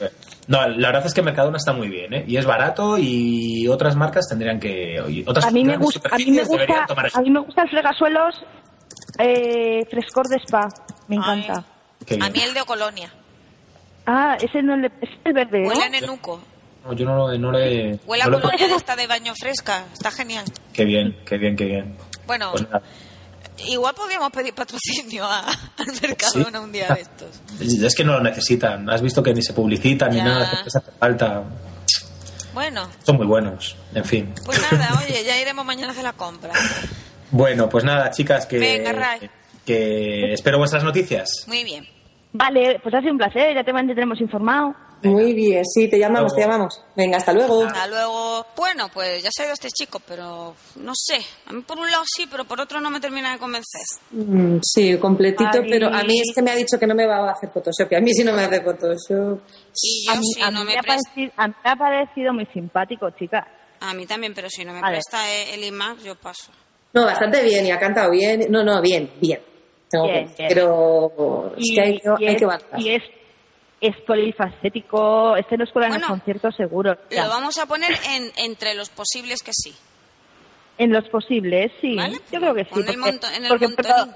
S4: No, la verdad es que Mercadona está muy bien, ¿eh? Y es barato y otras marcas tendrían que... oye, Otras
S1: A mí me
S4: grandes
S1: gusta, a mí me
S4: superficies deberían
S1: gusta,
S4: tomar eso.
S1: a mí me gusta el fregasuelos eh, frescor de spa. Me encanta.
S4: Qué
S2: A
S4: Pues, bien.
S2: mí el de Colonia.
S1: Ah, ese no le, ese es el verde, ¿no?
S2: Huele a nenuco.
S4: No, yo no, lo- no le...
S2: Huele a
S4: no le-
S2: Colonia de esta de baño fresca. Está genial.
S4: Qué bien, qué bien, qué bien.
S2: Bueno,
S4: Pues nada.
S2: igual podríamos pedir patrocinio a- al Mercadona
S4: Sí.
S2: un día de estos.
S4: Es que no lo necesitan. Has visto que ni se publicitan ni
S2: Ya.
S4: nada. que les hace falta.
S2: Bueno,
S4: Son muy buenos. En fin.
S2: pues nada, oye, ya iremos mañana a hacer la compra.
S4: Bueno, pues nada, chicas, que...
S2: Venga, Ray.
S4: Que espero vuestras noticias.
S2: Muy bien.
S1: Vale, pues ha sido un placer, ya te mantendremos informado.
S3: Muy bien, sí, te llamamos,
S4: Luego.
S3: te llamamos. Venga, hasta luego.
S2: Hasta luego. Bueno, pues ya se ha ido este chico, pero no sé. A mí por un lado sí, pero por otro no me termina de convencer.
S3: Mm, Sí, completito,
S1: Ay.
S3: pero a mí es que me ha dicho que no me va a hacer Photoshop. Y a mí si no me hace Photoshop.
S2: Y yo
S1: a, mí,
S2: si
S1: a
S2: no
S1: mí
S2: me
S1: me ha
S2: presta...
S1: parecido, a mí me ha parecido muy simpático, chica.
S2: A mí también, pero si no me
S1: Vale.
S2: presta e- el IMAX, yo paso.
S3: No, bastante bien y ha cantado bien. No, no, bien, bien. Tengo
S1: Bien,
S3: que-
S1: bien.
S3: Pero es que hay,
S1: y
S3: hay
S1: es-
S3: que avanzar.
S1: y es, es polifacético, este nos cuela en
S2: Bueno,
S1: los conciertos seguro. o sea,
S2: Lo vamos a poner en- entre los posibles que sí.
S1: En los posibles, sí.
S2: ¿Vale?
S1: Yo creo que sí.
S2: Pon el
S1: porque-
S2: monto- en el
S1: porque,
S2: montón.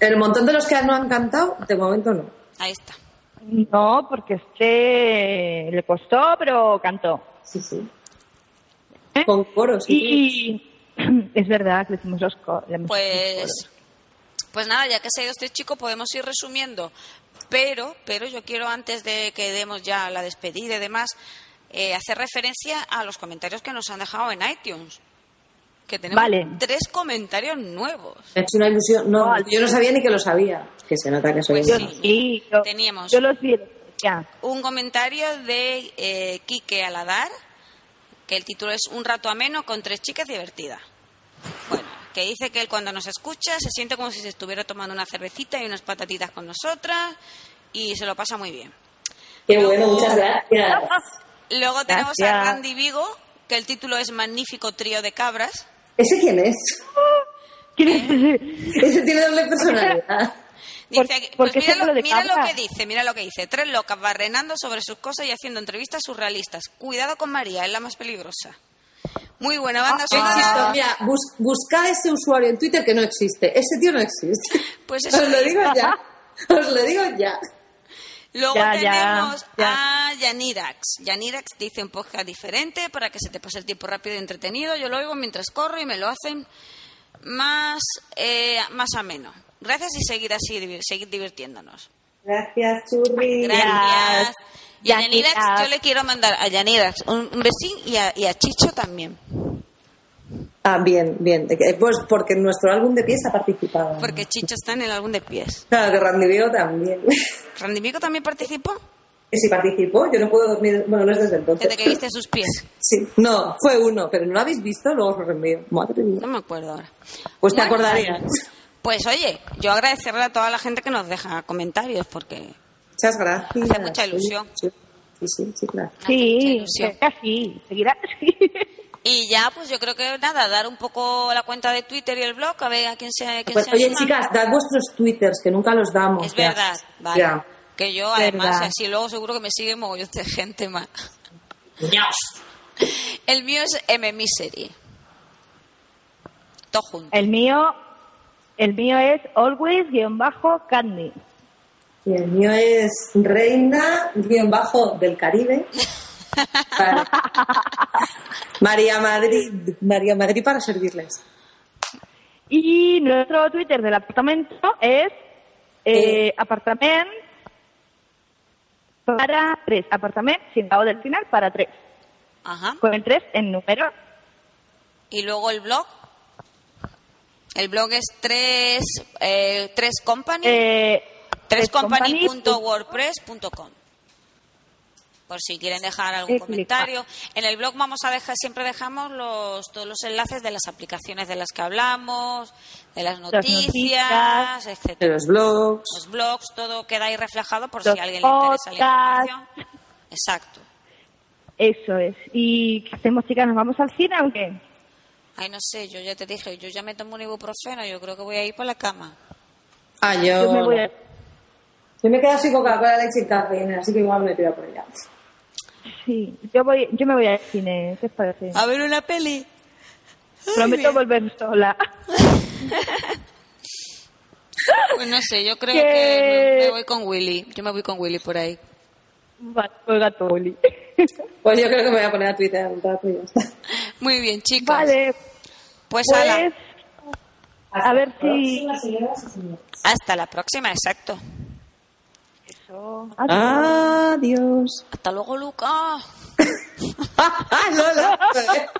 S3: El montón de los que no han cantado, de momento no.
S2: Ahí está.
S1: No, porque este le costó, pero cantó.
S3: Sí, sí.
S1: ¿Eh?
S3: Con coros. sí.
S1: Y, y- es verdad que le hicimos los co- le hemos hecho los
S2: Pues,
S1: coros.
S2: pues nada, ya que se ha ido este chico, podemos ir resumiendo. Pero, pero yo quiero antes de que demos ya la despedida y demás, eh, hacer referencia a los comentarios que nos han dejado en iTunes. Que tenemos
S1: Vale.
S2: tres comentarios nuevos.
S3: Me ha hecho una ilusión. No,
S1: Vale.
S3: yo no sabía ni que lo sabía. Que se nota que soy
S2: Pues
S3: una-
S2: sí.
S1: Sí, yo,
S2: Teníamos.
S1: Yo los vi ya.
S2: Un comentario de eh, Quique Aladar, que el título es Un rato ameno con tres chicas divertidas. Bueno, que dice que él cuando nos escucha se siente como si se estuviera tomando una cervecita y unas patatitas con nosotras y se lo pasa muy bien.
S3: Qué bueno, muchas gracias.
S2: Luego tenemos a
S1: Gracias.
S2: Randy Vigo, que el título es Magnífico Trío de Cabras.
S3: ¿Ese quién es?
S1: ¿Quién
S2: Eh,
S1: es?
S3: Ese tiene doble personalidad.
S2: Dice,
S1: ¿Por-
S2: aquí-
S1: por
S2: pues
S1: qué
S2: mira,
S1: se
S2: lo,
S1: habla de
S2: mira lo
S1: cabras?
S2: que dice, mira lo que dice. Tres locas barrenando sobre sus cosas y haciendo entrevistas surrealistas. Cuidado con María, es la más peligrosa.
S6: Muy buena
S1: Ah,
S6: banda
S3: No
S6: sonora.
S3: existe. Mira, bus- buscad ese usuario en Twitter que no existe. Ese tío no existe.
S6: Pues eso
S3: Os lo
S6: es.
S3: digo ya. Os lo digo ya.
S6: Luego
S1: Ya, ya,
S6: tenemos
S1: ya.
S6: a Yanirax. Yanirax dice un podcast diferente para que se te pase el tiempo rápido y entretenido. Yo lo oigo mientras corro y me lo hacen más, eh, más ameno. Gracias y seguir así, divir- seguir divirtiéndonos.
S3: Gracias, Churri.
S6: Gracias. Y a
S1: Yanirax.
S6: Yanirax, yo le quiero mandar a Yanirax un, un besín y a, y a Chicho también.
S3: Ah, bien, bien. Eh, Pues porque en nuestro álbum de pies ha participado.
S6: Porque Chicho está en el álbum de pies.
S3: Claro, que Randy Veo también. Que
S6: ¿Randy Mico también participó?
S3: si participó, yo no puedo dormir. Bueno, no es desde entonces.
S6: Desde que viste sus pies.
S3: Sí, no, fue uno, pero no lo habéis visto, luego os lo reenvío. Madre mía.
S6: No me acuerdo ahora.
S3: Pues te
S6: Bueno,
S3: acordarías.
S6: Pues oye, yo agradecerle a toda la gente que nos deja comentarios porque
S3: Muchas gracias.
S6: Hace mucha ilusión.
S3: Sí, sí, sí, sí, claro.
S6: mucha
S1: Sí,
S6: ilusión.
S1: seguirá así, seguirá así.
S6: Y ya, pues yo creo que nada, dar un poco la cuenta de Twitter y el blog, a ver a quién se, quién
S3: Pues,
S6: se
S3: oye,
S6: anima.
S3: chicas, dad vuestros twitters, que nunca los damos.
S6: Es
S3: ya.
S6: verdad, vale.
S3: Ya.
S6: Que yo, además,
S1: Verdad.
S6: así luego seguro que me sigue mogollón de gente más. El mío es M Misery. Todo junto.
S1: El mío, el mío es always-candy.
S3: Y el mío es reina bien bajo del Caribe. Vale. María Madrid, María Madrid para servirles.
S1: Y nuestro Twitter del apartamento es eh,
S3: Eh.
S1: apartamento para tres. Apartamento sin la O del final para tres.
S6: Ajá.
S1: Con el tres en número.
S6: Y luego el blog. El blog es tres, eh, tres company.
S1: Eh,
S6: trescompany.wordpress.com por si quieren dejar algún
S1: Sí, clica.
S6: comentario. En el blog vamos a dejar, siempre dejamos los, todos los enlaces de las aplicaciones de las que hablamos, de las noticias,
S1: noticias,
S3: De
S6: etcétera.
S3: los blogs.
S6: Los blogs, todo queda ahí reflejado por
S1: Los
S6: si a alguien le interesa la
S1: podcasts.
S6: información. Exacto.
S1: Eso es. ¿Y qué hacemos, chicas? ¿Nos vamos al cine o qué?
S6: Ay, no sé, yo ya te dije, yo ya me tomo un ibuprofeno, yo creo que voy a ir por la cama.
S3: Ah, yo.
S1: Yo me voy a-
S3: Yo me he quedado sin Coca-Cola, leche y cafeína, así que igual me tiro por allá.
S1: Sí, yo, voy, yo me voy al cine. ¿Qué os parece?
S6: A ver una peli.
S1: Prometo volver sola.
S6: Pues no sé, yo creo
S1: Que-
S6: que me- me voy con Willy. Yo me voy con Willy por ahí.
S1: Vale, pues gato Oli.
S3: Pues yo creo que me voy a poner a Twitter un rato y ya está.
S6: Muy bien, chicos.
S1: Vale,
S6: Pues, ala,
S1: pues a ver si...
S6: hasta la próxima, exacto.
S1: Adiós.
S3: Ah. Adiós. Ah,
S6: Hasta luego, Luca.
S3: Lola.